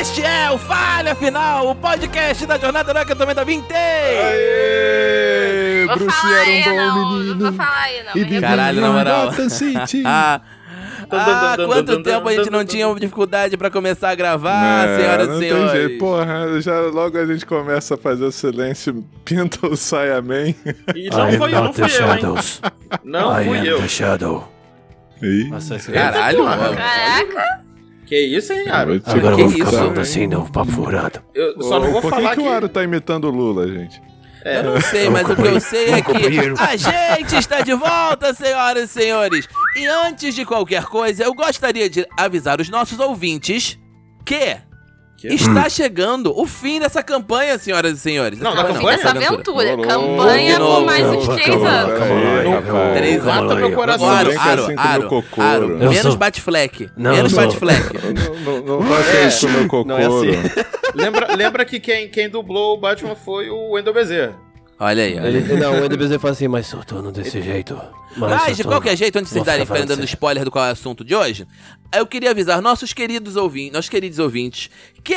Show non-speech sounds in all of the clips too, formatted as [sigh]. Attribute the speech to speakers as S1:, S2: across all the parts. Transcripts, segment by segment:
S1: Este é o Falha Final, o podcast da Jornada Heróica também da Vinte!
S2: Aê!
S3: Vou
S2: Bruce
S3: falar aí,
S2: era um bom
S3: não.
S2: menino.
S3: Vou falar aí, não.
S2: E viveu
S3: Mas
S1: Caralho, na
S2: em
S1: moral.
S2: Gotham City.
S1: [laughs] Ah, ah,
S4: dun, dun,
S1: quanto
S4: dun,
S1: tempo a
S4: dun,
S1: gente
S4: dun,
S1: não
S4: dun,
S1: tinha dificuldade pra começar a gravar,
S2: É,
S1: senhoras
S2: não
S1: e
S2: tem
S1: senhores.
S2: jeito. Porra, já logo a gente começa a fazer o silêncio, [laughs] pinta ou sai amém.
S4: E não foi eu, não fui eu, hein? Não fui eu.
S5: Shadow.
S2: Ih,
S5: Nossa, esse cara.
S1: Caralho,
S4: Eita, porra.
S1: mano.
S3: Caraca,
S4: Que isso, hein,
S2: eu vou
S4: Aro?
S2: te
S5: Agora eu
S1: Que
S5: vou ficar
S1: isso?
S5: falando assim, não, papo furado.
S4: Eu só não
S2: Ô,
S4: vou
S2: Por que
S4: falar
S2: que
S4: que...
S2: o Aro tá imitando o Lula, gente?
S1: Eu não sei, mas o que eu sei é que a gente está de volta, senhoras e senhores. E antes de qualquer coisa, eu gostaria de avisar os nossos ouvintes que
S4: Que?
S1: está chegando o fim dessa campanha, senhoras e senhores.
S4: Não,
S1: Essa
S4: da campanha?
S3: essa aventura. Campanha por
S1: Novo,
S3: mais uns
S1: novo,
S3: 3
S2: novo.
S3: anos.
S1: Três
S5: Calma
S4: anos.
S5: aí,
S4: meu
S5: calma aí.
S4: coração.
S1: Aro,
S2: Vem cá
S1: Aro,
S2: assim com meu
S1: Aro,
S2: cocoro.
S1: Aro,
S5: Eu
S1: menos
S5: sou-
S1: bate-fleck,
S5: Não,
S1: menos
S5: eu sou-
S1: bate-fleck.
S5: [laughs]
S2: Não, não, não faça
S4: É.
S2: isso, meu
S5: Não é
S2: cocoro.
S4: [laughs]
S5: assim.
S2: tá-
S4: Lembra, lembra que quem, quem dublou o Batman foi o Wendel Bezerra.
S1: Olha aí, olha aí.
S5: Ele, não, o NBZ fala assim, mas surtono desse jeito.
S1: Mas, de qualquer é jeito, antes de vocês
S5: Nossa,
S1: darem
S5: tá falando
S1: dando
S5: sério.
S1: spoiler do qual é o assunto de hoje, eu queria avisar nossos queridos ouvintes, nossos queridos ouvintes, que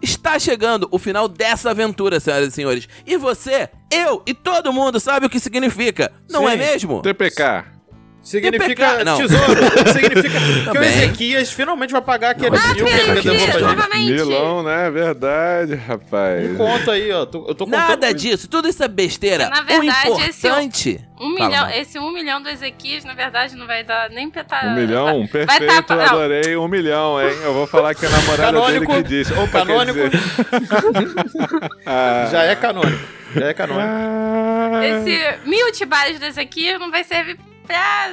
S1: está chegando o final dessa aventura, senhoras e senhores. E você, eu e todo mundo sabe o que significa, não é
S4: Sim.
S1: mesmo?
S2: TPK.
S4: Significa
S1: TPK, não. Tá
S4: tesouro. Significa que o
S1: bem. Ah,
S4: Ezequias finalmente vai pagar aquele
S5: mas
S4: mil
S5: eu
S4: que
S5: quero
S4: ele
S5: que
S4: levou
S5: isso
S4: pra gente.
S5: acabe.
S3: novamente.
S2: Milão, né? Verdade,
S4: Um
S2: rapaz.
S4: conto aí, ó. Tô- eu tô contando.
S1: Nada
S4: com-
S1: disso, tudo isso é besteira.
S3: Na verdade,
S1: o
S3: esse é o-
S1: importante...
S3: Um
S1: Fala,
S3: milhão,
S1: mano.
S3: esse 1 um milhão do Ezequias, na verdade, não vai dar nem pra tá...
S2: Um milhão?
S3: vai-
S2: Perfeito,
S3: Vai tá, não,
S2: adorei. Um milhão, hein? Eu vou falar que é a namorada
S4: Canônico.
S2: dele que disse. Opa, [laughs] quer
S4: Canônico.
S2: dizer- Ah.
S4: Já é canônico. Já é canônico.
S2: Ah.
S3: Esse mil tibares do Ezequias não vai servir pra...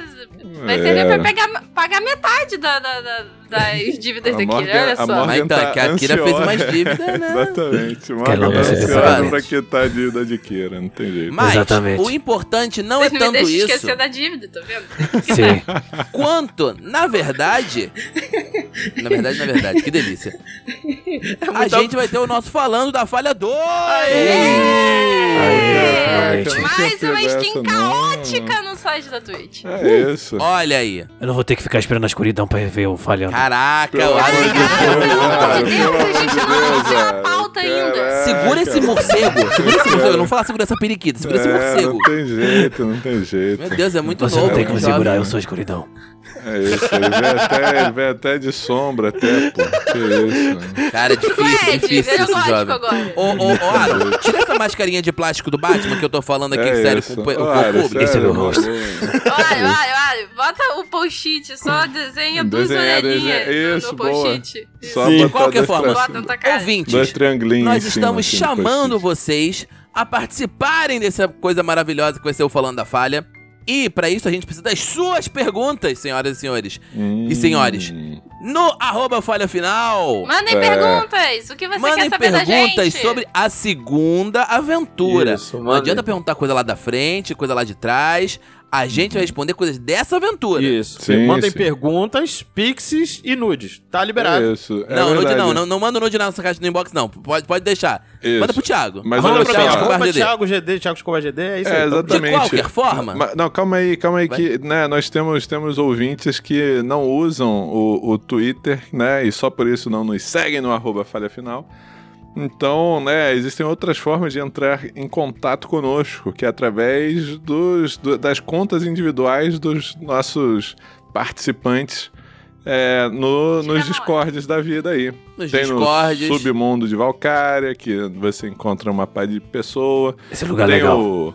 S3: Vai
S2: É.
S3: servir pra pegar, pagar metade da, da- da- das
S2: [laughs]
S3: dívidas
S2: A
S3: daqui,
S2: Morgan-
S3: olha
S2: a
S3: só.
S2: Morgan
S1: Mas então,
S2: tá
S1: é que a Kira
S2: ansiosa.
S1: fez umas dívidas, né?
S2: Exatamente. Uma
S5: Quero ver se ele
S2: ansiosa
S1: faz.
S2: pra quitar a dívida de Kira, não tem jeito.
S1: Mas
S5: Exatamente.
S1: o importante não
S3: Vocês
S1: é
S3: não me
S1: tanto
S3: deixam
S1: isso,
S3: esquecer da dívida,
S1: [laughs]
S3: tá vendo?
S5: Sim,
S1: quanto, na verdade... na verdade, na verdade, que delícia.
S3: É
S1: a gente vai ter o nosso Falando da Falha 2!
S5: aí,
S2: Caraca, eu
S5: finalmente.
S2: não
S3: Mais
S2: tinha
S3: uma
S2: pego
S3: skin
S2: essa, não.
S3: caótica no site da Twitch.
S2: É isso.
S1: uh, Olha aí.
S5: Eu não vou ter que ficar esperando a escuridão pra ver o falhando.
S1: Caraca,
S2: Pelo
S1: o
S2: amor
S1: Aro-
S2: de Deus,
S3: amor de
S2: cara, pelo
S3: Deus, a gente
S2: amor
S3: não
S2: de
S3: anunciou a
S2: Deus,
S3: pauta ainda.
S2: cara.
S1: Segura esse morcego. Segura esse morcego. Não fala segura essa periquita. Segura esse
S2: É,
S1: morcego.
S2: não tem jeito, não tem jeito.
S1: Meu Deus, é muito
S5: Você
S1: novo.
S5: não tem
S1: muito
S5: como
S1: jovem.
S5: segurar, eu sou a escuridão.
S2: É isso, ele vem até, ele vem até de sombra, até, pô. Que isso.
S1: Cara, é difícil,
S3: Fred,
S1: difícil
S3: virou
S1: esse
S3: gótico
S1: jovem.
S3: agora.
S1: Ô, ô, ô, Aro, tira essa mascarinha de plástico do Batman que eu tô falando aqui,
S2: É
S1: sério,
S2: isso.
S1: com o, pe- com o
S2: Olha,
S1: público.
S5: esse é meu
S2: sério,
S5: rosto.
S2: mano.
S3: Olha, olha, olha. Bota o post-it, só desenha duas
S2: Desenha,
S3: orelhinhas
S2: desenha.
S3: no-
S2: Isso,
S3: no
S2: boa.
S3: post-it. Isso.
S2: Só
S5: Sim.
S2: botar
S1: Qualquer
S2: dois
S1: é forma.
S2: pra
S3: Bota
S2: cima.
S3: na tua cara.
S2: Dois
S1: Ouvintes,
S2: triangulinhos.
S1: nós
S2: em cima,
S1: estamos
S2: assim,
S1: chamando
S2: depois.
S1: vocês a participarem dessa coisa maravilhosa que vai ser o Falando da Falha. E pra isso a gente precisa das suas perguntas, senhoras e senhores.
S2: Hum.
S1: senhores. No arroba falha final.
S3: Mandem
S2: É.
S3: perguntas. O que você
S1: Mandem
S3: quer saber da gente?
S1: perguntas sobre a segunda aventura.
S4: Isso,
S1: não
S4: mandem.
S1: adianta perguntar coisa lá da frente, coisa lá de trás. A gente
S2: Uhum.
S1: vai responder coisas dessa aventura.
S4: Isso.
S2: Sim,
S4: Mandem
S2: sim.
S4: perguntas, pixies e nudes. Tá liberado.
S2: É isso. é
S1: não, nude
S2: verdade.
S1: não, não, não manda nude na nossa caixa no inbox, não. Pode, pode deixar.
S2: Isso.
S1: Manda pro Thiago.
S2: Mas
S1: Manda
S2: olha
S1: pro
S2: só.
S1: Thiago,
S4: Arroba
S1: Escobar GD.
S4: Thiago GD, Thiago Escobar GD, é isso
S2: É,
S4: aí. Tamo junto.
S2: exatamente.
S1: De qualquer forma.
S2: Ma- não, calma aí, calma aí,
S1: Vai.
S2: que né, nós temos, temos ouvintes que não usam o, o Twitter, né? E só por isso não nos seguem no arroba falha final. Então, né, existem outras formas de entrar em contato conosco, que é através dos, do- das contas individuais dos nossos participantes é, no,
S3: Tira a
S2: nos
S3: mão.
S2: discordes da vida aí.
S1: Nos
S2: Tem
S1: discordes.
S2: no submundo de Valcária, que você encontra uma pá de pessoa.
S5: Esse lugar é
S2: tem
S5: legal.
S2: O,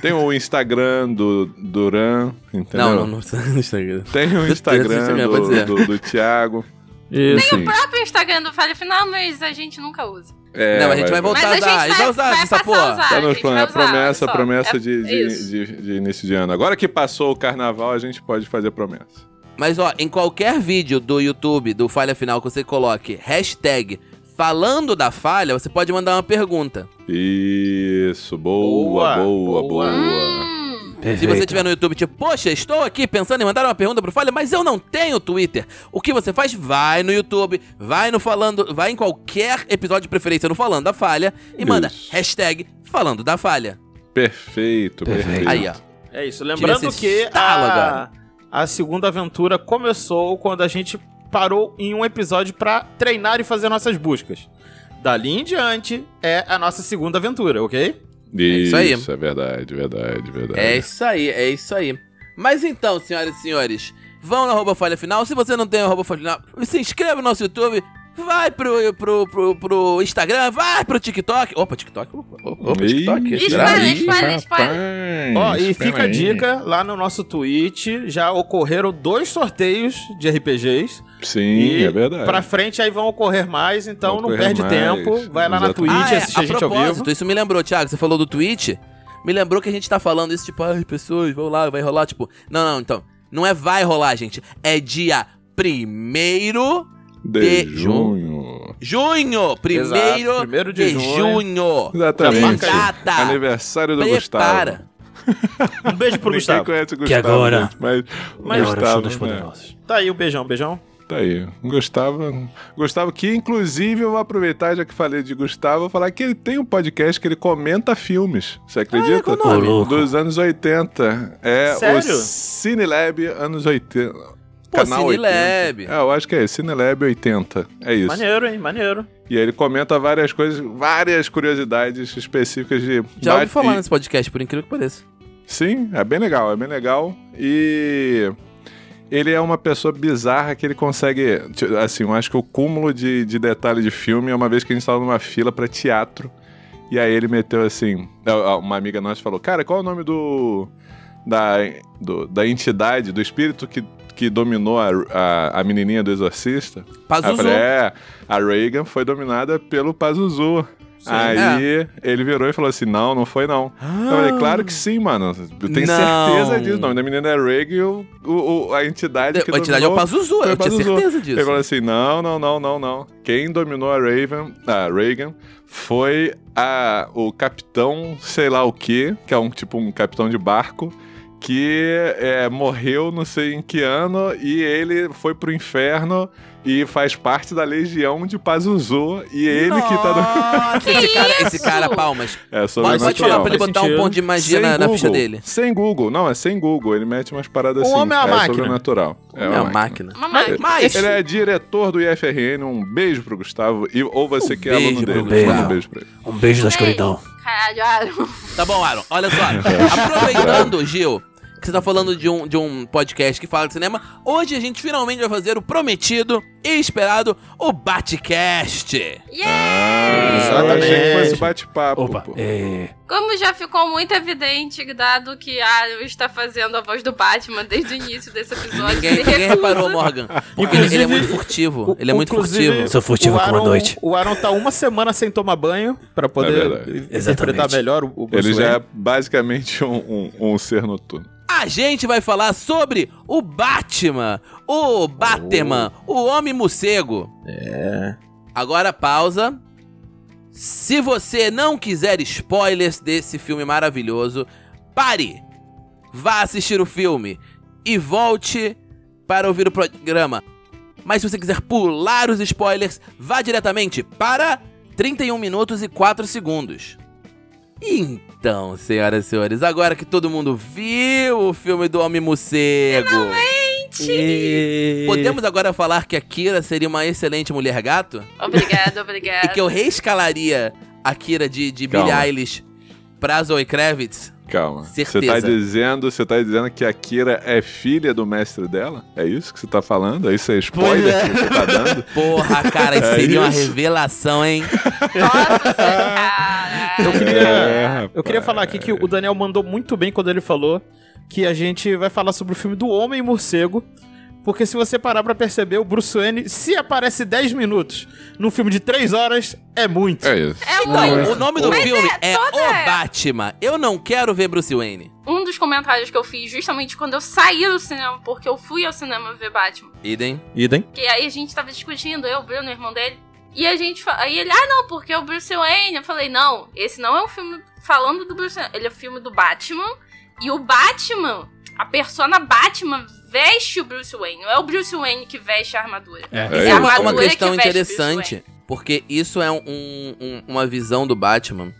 S2: tem o Instagram do Duran, entendeu?
S1: Não, não, não [laughs] precisa no Instagram.
S2: Tem o Instagram
S1: Instagram, pode
S2: do,
S1: dizer.
S2: do, do Thiago.
S4: Isso.
S2: Sim.
S3: O próprio Tá Instagram do Falha Final, mas a gente nunca usa.
S2: É,
S1: não, a gente vai
S3: Mas
S1: voltar
S3: a
S1: a
S3: gente
S1: usar. A gente vai
S3: vai-
S1: usar
S3: vai
S1: essa
S3: passar a
S1: porra.
S3: usar.
S2: Tá
S3: a
S2: nos
S3: gente vai
S2: planos,
S3: usar,
S2: promessa,
S3: olha só.
S2: promessa
S3: É-
S2: de,
S3: é
S2: de,
S3: isso.
S2: de- de início de ano. Agora que passou o carnaval, a gente pode fazer promessa.
S1: Mas ó, em qualquer vídeo do YouTube do Falha Final que você coloque hashtag falando da falha, você pode mandar uma pergunta.
S2: Isso, boa,
S4: Boa,
S2: boa, boa.
S4: boa.
S3: Hum,
S1: Se
S5: Perfeito.
S1: você estiver no YouTube, tipo, poxa, estou aqui pensando em mandar uma pergunta pro Falha, mas eu não tenho Twitter. O que você faz? Vai no YouTube, vai no Falando, vai em qualquer episódio de preferência no Falando da Falha e manda
S2: Isso.
S1: hashtag falando da falha.
S2: Perfeito, perfeito.
S5: Perfeito.
S1: Aí, ó.
S4: É
S1: esse
S4: isso. Lembrando que
S1: estalo
S4: a,
S1: agora.
S4: a segunda aventura começou quando a gente parou em um episódio pra treinar e fazer nossas buscas. Dali em diante é a nossa segunda aventura, ok?
S1: isso aí.
S2: é verdade, verdade, verdade.
S1: É isso aí, é isso aí. Mas então, senhoras e senhores, vão na arroba falha final. Se você não tem arroba falha final, se inscreve no nosso YouTube. Vai pro, pro, pro, pro Instagram, vai pro TikTok. Opa, TikTok. Opa, opa, opa TikTok.
S2: Ih,
S3: Espalha,
S1: Grave.
S2: ih,
S3: espalha, espalha.
S2: rapaz,
S4: Ó, e
S2: espera
S4: fica a
S2: aí.
S4: dica, lá no nosso Twitch já ocorreram dois sorteios de RPGs.
S2: Sim,
S4: e
S2: é verdade.
S4: pra frente aí vão ocorrer mais, então
S2: Vão
S4: não
S2: ocorrer
S4: perde
S2: mais,
S4: tempo. Vai lá na
S2: exatamente.
S4: Twitch,
S2: Ah,
S4: assiste a, gente ao vivo.
S1: é, propósito, Isso me lembrou, Thiago, você falou do Twitch. Me lembrou que a gente tá falando isso, tipo, ai, pessoas, vão lá, vai rolar, tipo. Não, não, então. Não é vai rolar, gente. É dia 1
S2: De,
S1: de
S2: junho.
S1: junho. 1
S4: primeiro de
S1: junho.
S2: Exatamente.
S1: Data.
S2: Aniversário do
S1: Prepara.
S2: Gustavo.
S4: Um beijo pro
S2: Ninguém
S4: Gustavo.
S2: conhece o Gustavo.
S5: Que agora-
S2: gente, mas
S5: Mas hora
S2: o
S5: show
S2: Gustavo,
S5: um dos
S2: né?
S5: poderosos.
S4: Tá aí, um beijão, um beijão.
S2: Tá aí. Gustavo, um Gustavo, que inclusive eu vou aproveitar, já que falei de Gustavo, vou falar que ele tem um podcast que ele comenta filmes. Você
S1: Ah, é,
S2: acredita?
S1: qual o nome?
S5: Ô, louco.
S2: Dos anos 80. É o
S4: Sério?
S2: Cinelab anos 80.
S1: Pô, Cinelab.
S2: 80. É, eu acho que é Cinelab 80. É isso.
S4: Maneiro, hein? Maneiro.
S2: E aí ele comenta várias coisas, várias curiosidades específicas
S1: Já
S2: de.
S1: ouvi
S2: vários-
S1: falar né? nesse podcast, por incrível que pareça.
S2: Sim, é bem legal, é bem legal. E ele é uma pessoa bizarra que ele consegue. ti- Assim, eu acho que o cúmulo de, de detalhe de filme é uma vez que a gente estava numa fila para teatro. E aí ele meteu assim. a- a- Uma amiga nossa falou: Cara, qual é o nome do. Da, do- da entidade, do espírito que, que dominou a, a, a menininha do exorcista? Aí eu
S1: Pazuzu.
S2: falei, é, a Reagan foi dominada pelo Pazuzu. Aí
S1: É.
S2: ele virou e falou assim: Não, não foi não. Eu falei, claro que sim, mano. Eu tenho
S1: Ah. Não.
S2: certeza disso. Não, da menina é Reagan e o, o- o- a entidade que
S1: A entidade é o
S2: dominou-
S1: Pazuzu,
S2: foi
S1: eu tinha
S2: Pazuzu.
S1: certeza
S2: Ele
S1: disso.
S2: falou assim: não, não, não, não, não. Quem dominou a Raven, a Reagan, foi a, o capitão, sei lá o que, que é um tipo um capitão de barco, que é, morreu não sei em que ano, e ele foi pro inferno e faz parte da legião de Pazuzu, e ele que tá dominando.
S1: Nossa, esse cara, esse
S3: isso?
S1: cara, palmas.
S2: É
S1: Pode, pode falar
S2: sobrenatural.
S1: pra ele
S4: Faz
S1: botar um
S4: sentido.
S1: ponto de magia na, na ficha dele.
S2: Sem Google, não, é sem Google. Ele mete umas paradas
S4: O
S2: assim.
S4: homem é uma máquina.
S2: sobrenatural.
S1: É uma máquina.
S3: Uma máquina.
S1: Mas,
S2: Ele é diretor do IFRN. Um beijo pro Gustavo. E, ou você
S1: Um
S2: que é aluno
S1: beijo pro
S2: dele.
S5: Gustavo.
S2: Manda um beijo pra ele.
S5: Um beijo da escuridão.
S3: Caralho, Aaron. [laughs]
S1: tá bom, Aaron, olha só.
S2: [laughs]
S1: Aproveitando, Gil, que você tá falando de um, de um podcast que fala de cinema, hoje a gente finalmente vai fazer o prometido e esperado, o Batcast.
S2: Ah, eu achei que fosse bate-papo.
S5: Opa,
S2: pô.
S5: é...
S3: Como já ficou muito evidente, dado que Aaron está fazendo a voz do Batman desde o início desse episódio,
S1: Ninguém,
S3: ele
S1: ninguém
S3: recusa.
S1: reparou, Morgan. Porque ele, ele é muito furtivo. Ele é muito
S4: Inclusive,
S1: furtivo.
S5: Sou furtivo
S4: o
S5: como a
S4: Aaron-
S5: noite.
S4: O Aaron tá uma semana sem tomar banho pra poder
S2: É verdade.
S4: interpretar
S5: Exatamente.
S4: melhor o, o Bruce
S2: Ele já é
S4: Wayne.
S2: basicamente um, um, um ser noturno.
S1: A gente vai falar sobre o Batman, o Batman, o Homem Morcego. É. Agora pausa. Se você não quiser spoilers desse filme maravilhoso, pare, vá assistir o filme e volte para ouvir o programa. Mas se você quiser pular os spoilers, vá diretamente para 31 minutos e 4 segundos. Então, senhoras e senhores, agora que todo mundo viu o filme do Homem Morcego, podemos agora falar que a Kira seria uma excelente mulher gato?
S3: Obrigado,
S1: E
S3: obrigado. [laughs]
S1: que eu reescalaria a Kira de, de
S2: Calma.
S1: Billie Eilish pra Zoe Kravitz?
S2: Calma. Você
S1: Certeza.
S2: tá dizendo, você tá dizendo que a Kira é filha do mestre dela? É isso que você tá falando? É Isso é spoiler
S5: Pois é.
S2: que você tá
S1: [laughs]
S2: dando?
S1: Porra, cara, isso
S2: É
S1: seria uma
S2: isso?
S1: revelação, hein?
S3: Nossa, cara.
S4: Eu queria,
S2: É,
S4: eu queria
S2: rapaz.
S4: falar aqui que o Daniel mandou muito bem quando ele falou que a gente vai falar sobre o filme do Homem Morcego. Porque se você parar pra perceber, o Bruce Wayne, se aparece 10 minutos num filme de 3 horas, é muito.
S2: É isso.
S3: É
S1: Então,
S3: muito.
S1: o nome do
S3: Mas é
S1: filme é,
S3: toda-
S1: O Batman. Eu não quero ver Bruce Wayne.
S3: Um dos comentários que eu fiz justamente quando eu saí do cinema, porque eu fui ao cinema ver Batman.
S1: Idem.
S4: Idem.
S3: Que aí a gente tava discutindo, eu, o Bruno, o irmão dele. E a gente. fa- Aí ele, ah, não, porque é o Bruce Wayne. Eu falei, não, esse não é um filme falando do Bruce Wayne. Ele é um filme do Batman. E o Batman, a persona Batman, veste o Bruce Wayne. Não é o Bruce Wayne que veste a armadura.
S5: É.
S2: É
S1: é
S2: isso,
S1: uma,
S2: é
S1: uma
S2: isso.
S1: questão
S3: Que veste
S1: interessante, porque isso é um- um- um- uma visão do Batman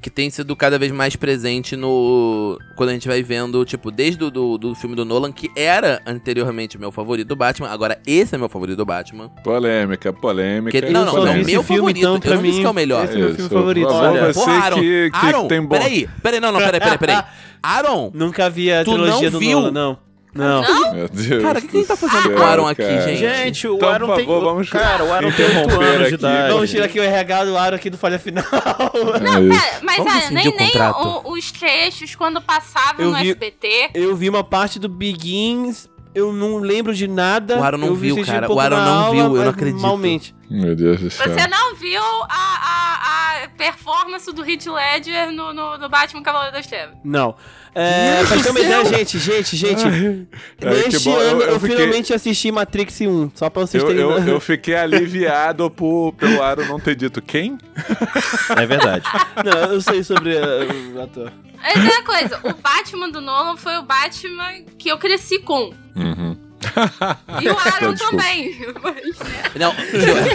S1: que tem sido cada vez mais presente no. Quando a gente vai vendo, tipo, desde o do, do filme do Nolan, que era anteriormente o meu favorito do Batman, agora esse é meu favorito do Batman.
S2: Polêmica, polêmica.
S1: Que- não,
S2: e
S1: não,
S6: só
S1: não,
S6: vi
S2: polêmica.
S6: esse
S1: meu
S6: filme,
S1: favorito,
S6: então,
S1: eu
S6: pra
S1: não disse
S6: mim,
S1: que é o melhor.
S6: Esse é meu filme
S2: Isso,
S6: favorito.
S2: por favor,
S6: Olha,
S2: você
S1: Porra, Aaron,
S2: que, que
S1: Aaron,
S2: tem bom.
S1: peraí, peraí, não, não, peraí, peraí, peraí. Aaron,
S6: nunca vi a
S1: Tu
S6: trilogia
S1: não
S6: do
S1: viu?
S6: Nolan, não. Não.
S2: Meu Deus.
S1: cara, o que, que a gente tá
S2: do
S1: fazendo com o
S2: céu,
S1: Aaron aqui,
S2: cara.
S1: gente?
S4: Gente, o
S2: Então,
S4: Aaron
S2: por
S4: tem.
S2: favor, vamos
S4: Cara, o Aaron tem 8
S2: interromper
S4: anos de
S2: aqui.
S4: idade.
S6: Vamos tirar aqui o RH do ar aqui do Falha Final.
S2: É isso.
S3: Pera, mas
S1: Vamos
S3: olha,
S1: rescindir
S3: nem,
S1: o
S3: nem
S1: contrato.
S3: o- os trechos quando passavam
S6: Eu
S3: no
S6: vi-
S3: SBT.
S6: [laughs] Eu vi uma parte do Begins, eu não lembro de nada.
S1: O Aaron não
S6: eu vi,
S1: viu,
S6: assisti
S1: cara.
S6: pouco
S1: O Aaron
S6: na
S1: não viu, eu não
S6: mas
S1: acredito.
S6: Malmente.
S2: Meu Deus do
S1: é
S2: céu.
S3: Você não viu a, a, a performance do Heath Ledger no, no, no Batman Cavaleiro das Trevas?
S6: Não. É, pra ter uma ideia, gente, gente, gente.
S2: Ai, que
S6: neste
S2: bom,
S6: ano eu,
S2: fiquei-
S6: finalmente assisti Matrix 1, só pra vocês
S2: Eu,
S6: terem
S2: eu, eu fiquei
S4: [laughs]
S2: aliviado por, pelo Aaron não ter dito quem.
S4: É verdade.
S6: [laughs] Não, eu sei sobre eh, o ator.
S3: Mas é a coisa, o Batman do Nolan foi o Batman que eu cresci com. E o
S2: Uhum. Então,
S3: Aaron
S2: Desculpa.
S3: também.
S1: Não,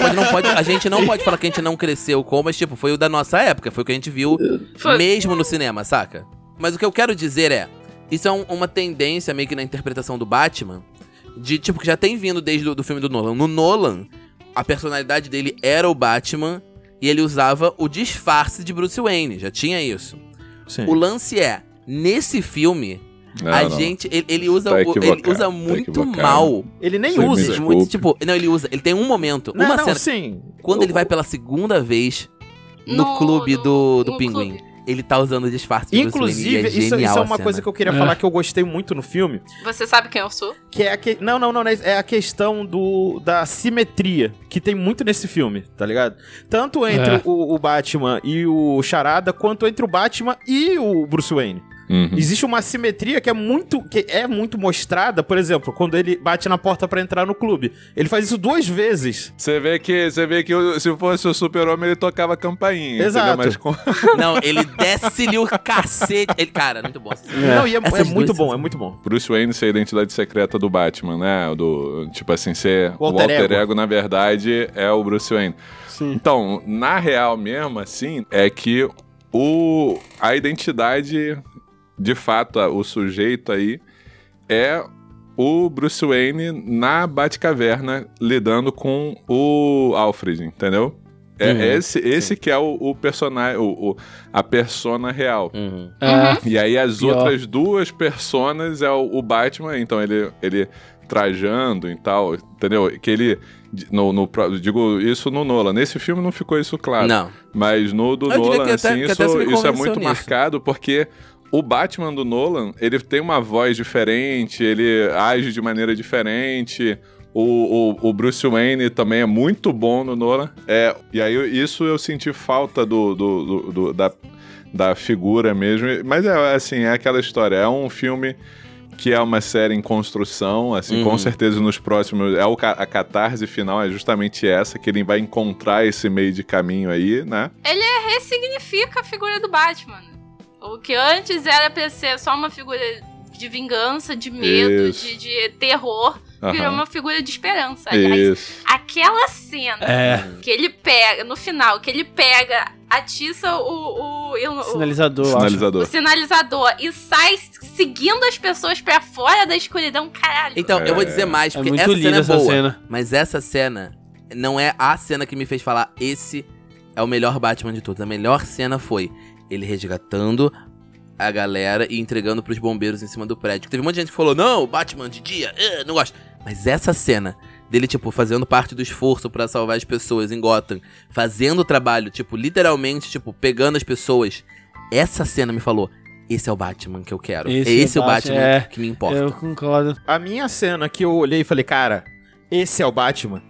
S1: mas não pode- a gente não pode falar que a gente não cresceu com, mas tipo, foi o da nossa época, foi o que a gente viu
S3: Foi.
S1: mesmo no cinema, saca? Mas o que eu quero dizer é, isso é um- uma tendência meio que na interpretação do Batman, de tipo, que já tem vindo desde o do filme do Nolan. No Nolan, a personalidade dele era o Batman e ele usava o disfarce de Bruce Wayne, já tinha isso.
S2: né?
S4: Sim.
S1: O lance é, nesse filme, a gente, ele, ele usa,
S2: Tá
S1: o- ele
S2: equivocado,
S1: usa
S2: tá
S1: muito
S2: equivocado.
S1: mal
S4: Ele nem
S2: Você me
S4: usa.
S1: usa
S2: desculpe.
S1: muito, tipo, não, ele usa, ele tem um momento,
S4: Não,
S1: uma
S4: não,
S1: cena,
S4: sim.
S1: quando ele vai pela segunda vez no, clube do, do pinguim, ele tá usando o disfarce de Bruce Wayne, e
S4: Inclusive,
S1: é
S4: isso,
S1: genial
S4: isso é
S1: a
S4: uma
S1: cena.
S4: coisa que eu queria falar que eu gostei muito no filme,
S3: Você sabe quem eu sou?
S4: que é a que... não, não, não, né, é a questão do da simetria que tem muito nesse filme, tá ligado? Tanto entre
S5: É.
S4: o, o Batman e o Charada, quanto entre o Batman e o Bruce Wayne.
S1: Hum.
S2: Uhum.
S4: Existe uma simetria que é muito que é muito mostrada, por exemplo, quando ele bate na porta pra entrar no clube. Ele faz isso duas vezes.
S2: Você vê que, você vê que o- se fosse o super-homem, ele tocava campainha.
S4: Exato.
S2: entendeu? Mas com-
S1: [laughs] Não, ele desce-lhe o cacete. Ele, cara, muito bom. essa cena.
S4: [laughs] Não, e é,
S1: Essas
S4: é muito
S1: duas-
S4: bom, é muito bom.
S2: Bruce Wayne ser a identidade secreta do Batman, né? Do, tipo assim, ser
S4: O alter
S2: o alter
S4: ego.
S2: ego. na verdade, é o Bruce Wayne.
S6: Sim.
S2: Então, na real mesmo, assim, é que o, a identidade, de fato, a- o sujeito aí, é o Bruce Wayne na Batcaverna lidando com o Alfred, entendeu? É
S5: Uhum,
S2: esse, esse que é o, o personagem, o- o- a persona real.
S1: Uhum.
S6: Ah,
S2: E aí as
S6: Pior.
S2: outras duas personas é o, o Batman, então ele, ele trajando e tal, entendeu? Que ele. No, no pró- digo isso no Nolan. Nesse filme não ficou isso claro.
S1: Não.
S2: Mas no do
S1: Eu diria
S2: Nolan,
S1: que até-
S2: assim,
S1: que até
S2: isso,
S1: você me
S2: isso é
S1: convenceu
S2: muito
S1: nisso.
S2: marcado, porque o Batman do Nolan, ele tem uma voz diferente, ele age de maneira diferente. O, o- o Bruce Wayne também é muito bom no Nolan. É, e aí eu- isso eu senti falta do, do- do- do- da, da figura mesmo. Mas é assim, é aquela história. É um filme que é uma série em construção, assim,
S1: Uhum.
S2: com certeza nos próximos. É o, ca- a catarse final é justamente essa, que ele vai encontrar esse meio de caminho aí, né?
S3: É, Ressignifica a figura do Batman. O que antes era pra ser só uma figura de vingança, de medo,
S2: Isso.
S3: de, de terror, virou
S2: Aham.
S3: uma figura de esperança. Aliás,
S2: Isso.
S3: aquela cena
S5: É.
S3: que ele pega, no final, que ele pega, atiça o, o, o-
S6: sinalizador, acho.
S3: o
S2: Sinalizador.
S3: sinalizador e sai seguindo as pessoas pra fora da escuridão, caralho.
S1: Então, eu vou
S2: É.
S1: dizer mais,
S6: É
S1: porque
S6: muito
S1: essa
S6: linda
S1: cena é
S6: essa
S1: boa.
S6: cena.
S1: Mas essa cena não é a cena que me fez falar esse é o melhor Batman de todos. A melhor cena foi ele resgatando a galera e entregando pros bombeiros em cima do prédio. Teve um monte de gente que falou: "Não, Batman de dia, eh, não gosto". Mas essa cena dele tipo fazendo parte do esforço pra salvar as pessoas em Gotham, fazendo o trabalho, tipo, literalmente, tipo, pegando as pessoas. Essa cena me falou: "Esse é o Batman que eu quero.
S6: Esse
S1: é esse
S6: é o
S1: o Batman,
S6: Batman, é.
S1: que me importa".
S6: Eu concordo.
S4: A minha cena que eu olhei e falei, cara, esse é o Batman.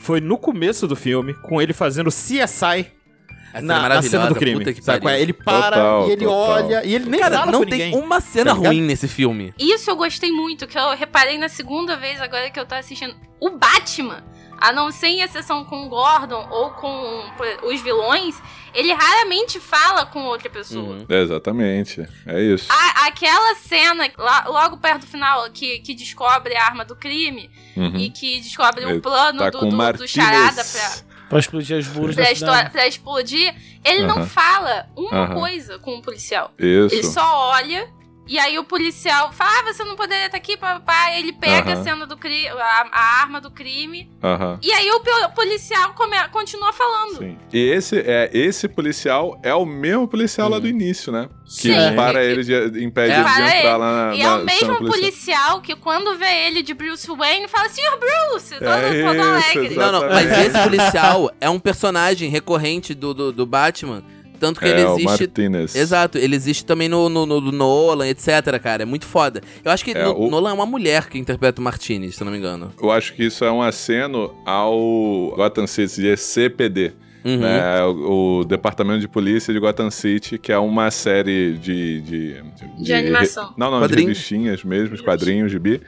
S4: Foi no começo do filme, com ele fazendo CSI
S1: Essa cena é
S4: na, na cena
S1: maravilhosa,
S4: do crime.
S1: puta que
S4: sabe
S1: pariu.
S4: qual é? Ele para
S2: Total,
S4: e ele
S2: total.
S4: olha e ele nem
S1: Cara,
S4: fala
S1: não
S4: com
S1: tem
S4: ninguém.
S1: uma cena
S4: tá ligado?
S1: ruim nesse filme.
S3: Isso eu gostei muito, que eu reparei na segunda vez agora que eu tô assistindo. O Batman, a não ser em exceção com o Gordon ou com por- os vilões, ele raramente fala com outra pessoa.
S2: Uhum.
S1: Hum.
S2: Exatamente. É isso.
S3: A- aquela cena, lá- logo perto do final, que, que descobre a arma do crime
S2: Uhum.
S3: Ah, e que descobre o
S2: Ele
S3: plano
S2: Tá
S3: do,
S2: com
S3: do, do
S2: Martínez.
S3: Charada pra,
S6: Pra explodir os muros da
S3: pra,
S6: cidade.
S3: esto- pra explodir, ele não
S2: Aham.
S3: fala uma
S2: Aham.
S3: coisa com o policial. Ele
S2: Isso.
S3: só olha. E aí o policial fala, ah, você não poderia estar aqui, papá. Ele pega
S2: Aham.
S3: a cena do crime, a, a arma do crime.
S2: Aham.
S3: E aí o pio- policial come- continua falando.
S2: Sim. E esse, é, esse policial é o mesmo policial lá do início, né? Que
S3: Sim.
S2: para ele, de, impede
S1: É.
S2: ele de
S3: Para
S2: entrar
S3: ele.
S2: lá na.
S3: E é
S2: na
S3: o mesmo
S2: cena
S3: policial. que quando vê ele de Bruce Wayne fala, senhor Bruce, todo,
S2: É
S3: todo
S2: isso,
S3: alegre.
S1: Não, não, mas
S2: Exatamente.
S1: esse
S2: [laughs]
S1: policial é um personagem recorrente do, do, do Batman. Tanto que
S2: É,
S1: ele
S2: o
S1: existe.
S2: Martinez.
S1: Exato, ele existe também no, no, no- no Nolan, etc, cara. É muito foda. Eu acho que
S2: É,
S1: no-
S2: o-
S1: Nolan é uma mulher que interpreta o Martinez, se eu não me engano.
S2: Eu acho que isso é um aceno ao Gotham City, é CPD,
S1: Uhum.
S2: né? O, o Departamento de Polícia de Gotham City, que é uma série de... De,
S3: De animação.
S2: Não, não,
S1: Quadrinho.
S2: de revistinhas mesmo, os quadrinhos, gibi,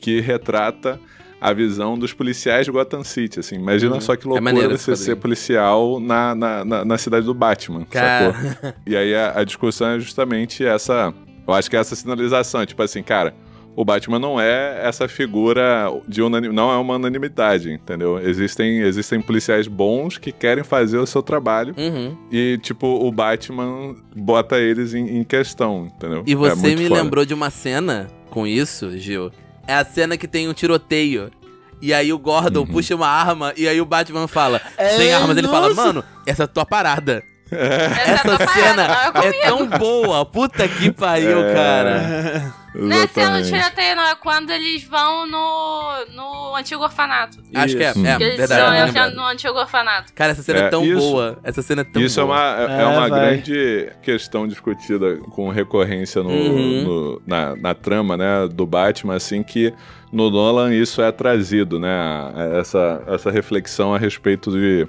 S2: que retrata a visão dos policiais de Gotham City, assim. Imagina só que loucura
S1: Uhum. É maneiro esse
S2: você
S1: quadrinho.
S2: ser policial na, na, na, na cidade do Batman, sacou?
S1: Cara,
S2: E aí a, a discussão é justamente essa. Eu acho que é essa sinalização, tipo assim, cara, o Batman não é essa figura de unanimidade, não é uma unanimidade, entendeu? Existem, existem policiais bons que querem fazer o seu trabalho
S1: uhum.
S2: e, tipo, o Batman bota eles em, em questão, entendeu?
S1: E
S2: É
S1: você
S2: muito
S1: me
S2: foda.
S1: lembrou de uma cena com isso, Gil. É a cena que tem um tiroteio. E aí o
S2: Uhum.
S1: Gordon puxa uma arma e aí o Batman fala,
S4: É,
S1: sem armas, ele fala, mano, essa é a tua parada.
S3: Essa, é
S1: Essa cena
S3: cena
S1: é tão boa. Puta que pariu,
S2: É.
S1: cara.
S3: não é cena do
S2: Exatamente.
S3: tiroteio, não. É quando eles vão no, no antigo orfanato.
S1: Acho que é,
S2: Isso.
S1: é
S3: Que eles
S1: verdade.
S3: estão
S1: bem
S3: entrando
S1: lembrado.
S3: no antigo orfanato.
S1: Cara, essa cena é,
S2: É,
S1: tão
S2: isso-
S1: boa. Essa cena é tão
S2: Isso é
S1: boa.
S2: uma, é,
S6: É,
S2: uma
S6: vai.
S2: grande questão discutida com recorrência no,
S1: Uhum.
S2: no- na, na trama né, do Batman, assim, que no Nolan isso é trazido, né? Essa, essa reflexão a respeito de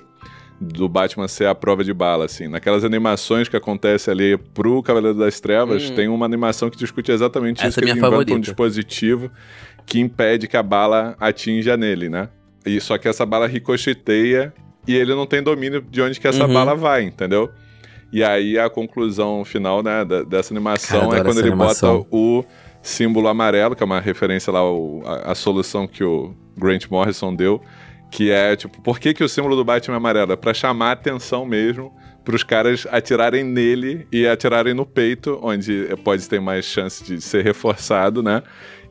S2: do Batman ser a prova de bala, assim. Naquelas animações que acontece ali pro Cavaleiro das Trevas,
S1: Hum.
S2: tem uma animação que discute exatamente
S1: Essa
S2: isso,
S1: é
S2: que
S1: minha
S2: ele inventa
S1: favorita.
S2: um dispositivo que impede que a bala atinja nele, né? E só que essa bala ricocheteia e ele não tem domínio de onde que essa
S1: Uhum.
S2: bala vai, entendeu? E aí a conclusão final né, da- dessa
S1: Cara,
S2: animação
S1: adoro
S2: é quando
S1: essa
S2: ele
S1: animação.
S2: bota o símbolo amarelo, que é uma referência lá ao- à, à solução que o Grant Morrison deu, que é tipo, por que, que o símbolo do Batman é amarelo? É pra chamar a atenção mesmo, pros caras atirarem nele e atirarem no peito, onde pode ter mais chance de ser reforçado, né?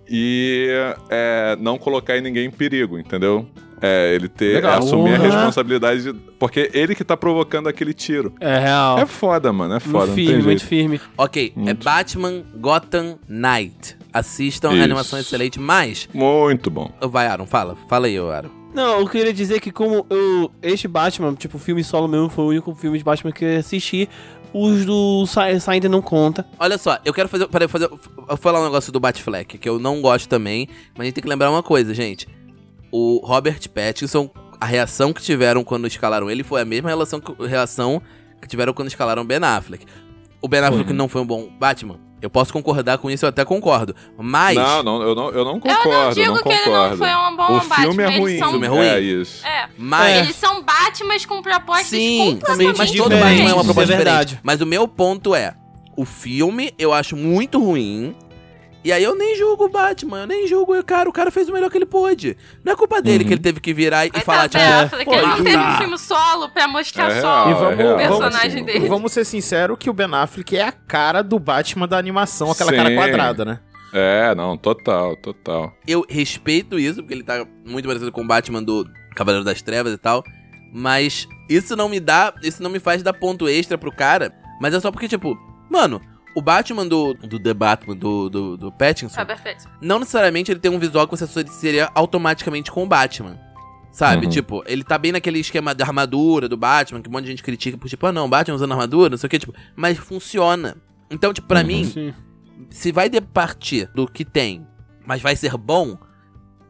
S2: E é, não colocar ninguém em perigo, entendeu? É, ele ter
S6: Legal.
S2: assumir a
S6: Porra.
S2: responsabilidade de- porque ele que tá provocando aquele tiro.
S6: É real.
S2: É foda, mano, é foda,
S6: muito
S2: não
S6: firme,
S2: tem
S6: muito
S2: jeito.
S6: firme.
S1: Ok, é
S2: Muito.
S1: Batman Gotham Knight. Assistam, a
S2: Isso.
S1: animação é excelente, mas...
S2: Muito bom.
S1: Vai, Aaron, fala. Fala aí, ô, Aaron.
S6: Não, eu queria dizer que como eu. Este Batman, tipo, o filme solo mesmo, foi o único filme de Batman que eu assisti. Os do Sa- Saindo não conta.
S1: Olha só, eu quero fazer, peraí, fazer eu falar um negócio do Batfleck, que eu não gosto também, mas a gente tem que lembrar uma coisa, gente. O Robert Pattinson, a reação que tiveram quando escalaram ele foi a mesma relação que, reação que tiveram quando escalaram Ben Affleck. O Ben Affleck não foi um bom Batman. Eu posso concordar com isso, eu até concordo. Mas
S2: Não, não, eu não, eu não concordo,
S3: eu não digo que ele não
S2: concordo.
S3: foi um bom
S2: o
S3: Batman.
S2: filme é
S3: eles
S2: ruim.
S3: são.
S1: O filme é ruim.
S2: isso.
S3: É.
S1: mas
S3: Eles são Batmans com propostas
S1: Ah, Sim,
S6: completamente
S1: mas
S3: completamente
S1: todo
S6: diferentes.
S1: Batman é uma
S6: Isso é
S1: proposta
S6: verdade.
S1: diferente. Mas o meu ponto é, o filme eu acho muito ruim. E aí eu nem julgo o Batman, eu nem julgo o cara. O cara fez o melhor que ele pôde. Não é culpa dele que ele teve que virar e
S3: Aí
S1: falar,
S3: tá
S1: tipo...
S3: bem, eu falei que
S4: pô,
S3: ele não
S4: e-
S3: teve
S4: tá.
S3: um filme solo pra mostrar
S2: É
S3: só
S2: real,
S4: E
S2: é
S4: vamos-
S2: real,
S3: o personagem
S2: assim.
S3: dele.
S4: Vamos ser sinceros que o Ben Affleck é a cara do Batman da animação, aquela cara
S2: Sim.
S4: quadrada, né?
S2: É, não, total, total.
S1: Eu respeito isso, porque ele tá muito parecido com o Batman do Cavaleiro das Trevas e tal. Mas isso não me dá. Isso não me faz dar ponto extra pro cara. Mas é só porque, tipo, mano, o Batman do. Do The Batman, do, do, do Pattinson.
S3: Tá perfeito.
S1: não necessariamente ele tem um visual que você associaria automaticamente com o Batman. Sabe?
S2: Uhum.
S1: Tipo, ele tá bem naquele esquema da armadura do Batman, que um monte de gente critica, por tipo, ah não, Batman usando armadura, não sei o que, tipo, mas funciona. Então, tipo, pra
S2: Uhum.
S1: mim,
S6: Sim.
S1: se vai de partir do que tem, mas vai ser bom,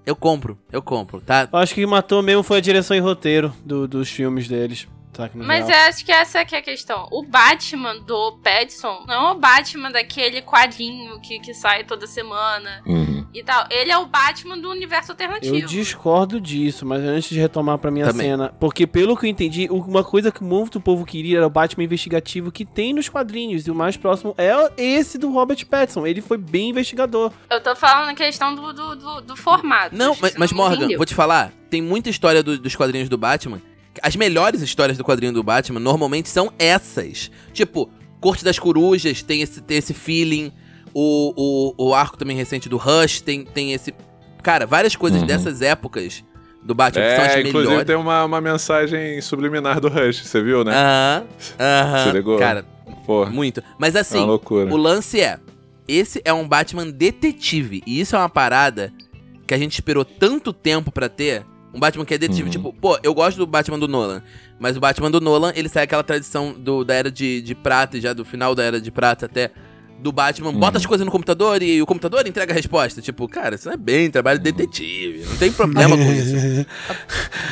S1: eu compro, eu compro, tá?
S6: Eu acho que matou mesmo foi a direção e roteiro do- dos filmes deles. Tá, que no
S3: Mas eu
S6: geral.
S3: acho que essa que é a questão. O Batman do Pattinson não é o Batman daquele quadrinho que, que sai toda semana
S2: Uhum.
S3: e tal. Ele é o Batman do universo alternativo.
S6: Eu discordo disso, mas antes de retomar pra minha
S1: Também.
S6: cena, porque pelo que eu entendi, uma coisa que muito do povo queria era o Batman investigativo que tem nos quadrinhos, e o mais próximo é esse do Robert Pattinson. Ele foi bem investigador.
S3: Eu tô falando na questão do, do, do, do formato.
S1: Não,
S3: acho que
S1: mas,
S3: você
S1: mas
S3: não
S1: Morgan,
S3: entendeu.
S1: vou te falar, tem muita história do- dos quadrinhos do Batman As melhores histórias do quadrinho do Batman normalmente são essas. Tipo, Corte das Corujas tem esse, tem esse feeling. O, o, o arco também recente do Rush tem, tem esse. Cara, várias coisas
S2: Uhum.
S1: dessas épocas do Batman que são as
S2: É, inclusive
S1: melhores.
S2: tem uma, uma mensagem subliminar do Rush, você viu, né?
S1: Aham, aham.
S2: Você ligou?
S1: Cara,
S2: Pô, é
S1: muito. Mas assim,
S2: uma loucura.
S1: Ah, o lance é, esse é um Batman detetive. E isso é uma parada que a gente esperou tanto tempo pra ter. Um Batman que é detetive.
S2: Uhum.
S1: Tipo, pô, eu gosto do Batman do Nolan. Mas o Batman do Nolan, ele sai aquela tradição do, da era de, de prata, e já do final da era de prata até do Batman. Bota as coisas no computador e, o computador entrega a resposta. Tipo, cara, isso não é bem trabalho de detetive. Não tem problema com isso.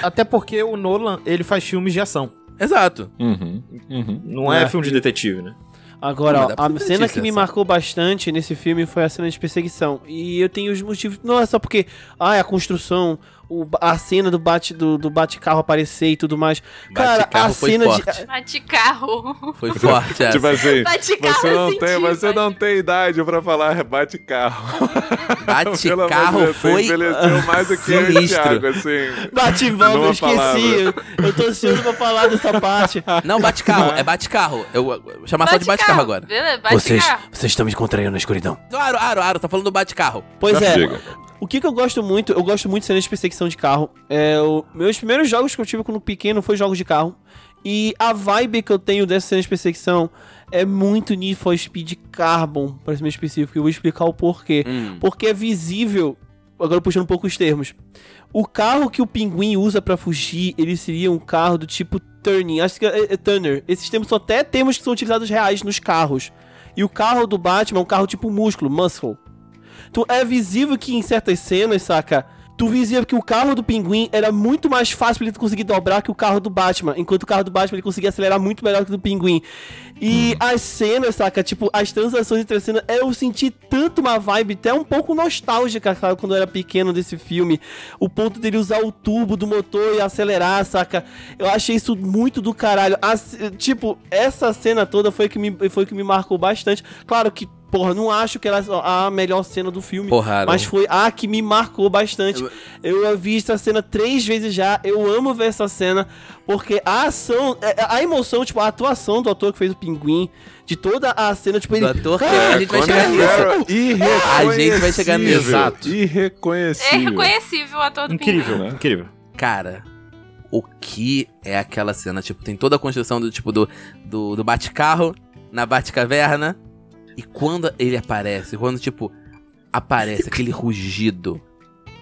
S4: Até porque o Nolan, ele faz filmes de ação.
S1: Exato.
S2: Uhum, uhum.
S4: Não é,
S6: É.
S4: filme de detetive, né?
S1: Não,
S6: Agora,
S1: mas dá
S6: ó,
S1: pra
S6: a cena
S1: notícia
S6: que me
S1: essa.
S6: marcou bastante nesse filme foi a cena de perseguição. E eu tenho os motivos. Não é só porque, ah, a construção, o ba- a cena do bate do, do bate-carro aparecer e tudo mais. Cara, a
S1: Bate-carro foi
S6: cena de. [laughs]
S1: forte.
S3: Bate carro.
S1: Foi forte é. essa.
S2: Tipo assim,
S3: Bate carro
S2: você
S3: eu
S2: não,
S3: senti,
S2: tem, você
S3: bate-
S2: não tem idade pra falar bate carro.
S1: Bate
S2: [laughs] Pelo amor de
S1: carro
S2: Deus, você
S1: foi [laughs]
S2: envelheceu mais do que eu e o
S1: sinistro.
S2: Thiago, assim.
S6: Bate e volta, eu
S2: Numa
S6: esqueci. Eu, eu tô ansioso pra falar dessa parte.
S1: Não, bate-carro, é bate-carro. Eu, eu vou chamar só de bate-carro Ah, agora.
S3: Beleza, bate
S5: Vocês,
S3: carro.
S5: vocês estão me contraindo na escuridão.
S1: Aro, Aro, Aro, tá falando do bate-carro.
S6: Pois
S2: Já
S6: é.
S2: chega.
S6: O que, que eu gosto muito, eu gosto muito de cenas de perseguição de carro. É, o- meus primeiros jogos que eu tive quando pequeno foi jogos de carro. E a vibe que eu tenho dessa cena de perseguição é muito Need for Speed Carbon, para ser mais específico. e Eu vou explicar o porquê. Porque é visível, agora puxando um pouco os termos. O carro que o pinguim usa pra fugir, ele seria um carro do tipo Turning. Acho que é, é Turner. Esses termos são até termos que são utilizados reais nos carros. E o carro do Batman é um carro tipo músculo, muscle. Então é visível que em certas cenas, saca? Tu visível que o carro do pinguim era muito mais fácil pra ele conseguir dobrar que o carro do Batman. Enquanto o carro do Batman ele conseguia acelerar muito melhor que o do pinguim. E as cenas, saca? Tipo, as transações entre as cenas, eu senti tanto uma vibe, até um pouco nostálgica, sabe? Quando eu era pequeno desse filme. O ponto dele usar o tubo do motor e acelerar, saca? Eu achei isso muito do caralho. As- tipo, essa cena toda foi que me, foi que me marcou bastante. Claro que, porra, não acho que ela é a melhor cena do filme.
S1: Porra, Aro.
S6: Mas foi a que me marcou bastante. Eu já vi essa cena três vezes já. Eu amo ver essa cena. Porque a ação, é, é, a emoção, tipo, a atuação do ator que fez o pinguim, de toda a cena, tipo, ele.
S1: Do ator que-
S6: Cara,
S1: a gente vai
S2: Conan
S1: chegar nisso.
S2: Farrow,
S1: A gente vai chegar nisso.
S2: irreconhecível,
S3: É
S2: Irreconhecível.
S3: reconhecível a todo
S4: Incrível,
S2: né?
S4: incrível.
S1: Cara, o que é aquela cena? Tipo, tem toda a construção do tipo do, do, do bate-carro na bate-caverna. E quando ele aparece, quando, tipo, aparece aquele rugido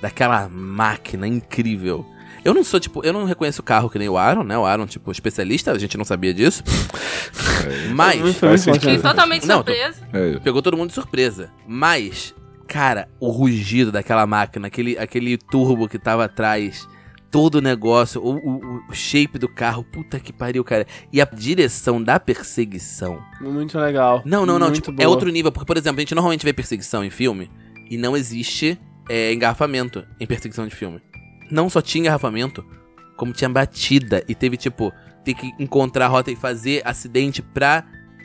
S1: daquela máquina incrível. Eu não sou, tipo, eu não reconheço o carro que nem o Aaron, né? O Aaron, tipo, especialista, a gente não sabia disso. Mas.
S2: Faz
S3: Fiquei
S2: sentido.
S3: é totalmente
S1: Não, tô-
S3: surpresa.
S2: É.
S1: Pegou todo mundo de surpresa. Mas, cara, o rugido daquela máquina, aquele, aquele turbo que tava atrás, todo o negócio, o, o- o shape do carro, puta que pariu, cara. E a direção da perseguição.
S6: Muito legal.
S1: Não, não, não.
S6: Muito
S1: tipo,
S6: boa.
S1: é outro nível, porque, por exemplo, a gente normalmente vê perseguição em filme e não existe é, engarrafamento em perseguição de filme. Não só tinha engarrafamento, como tinha batida e teve, tipo, ter que encontrar a rota e fazer acidente pra.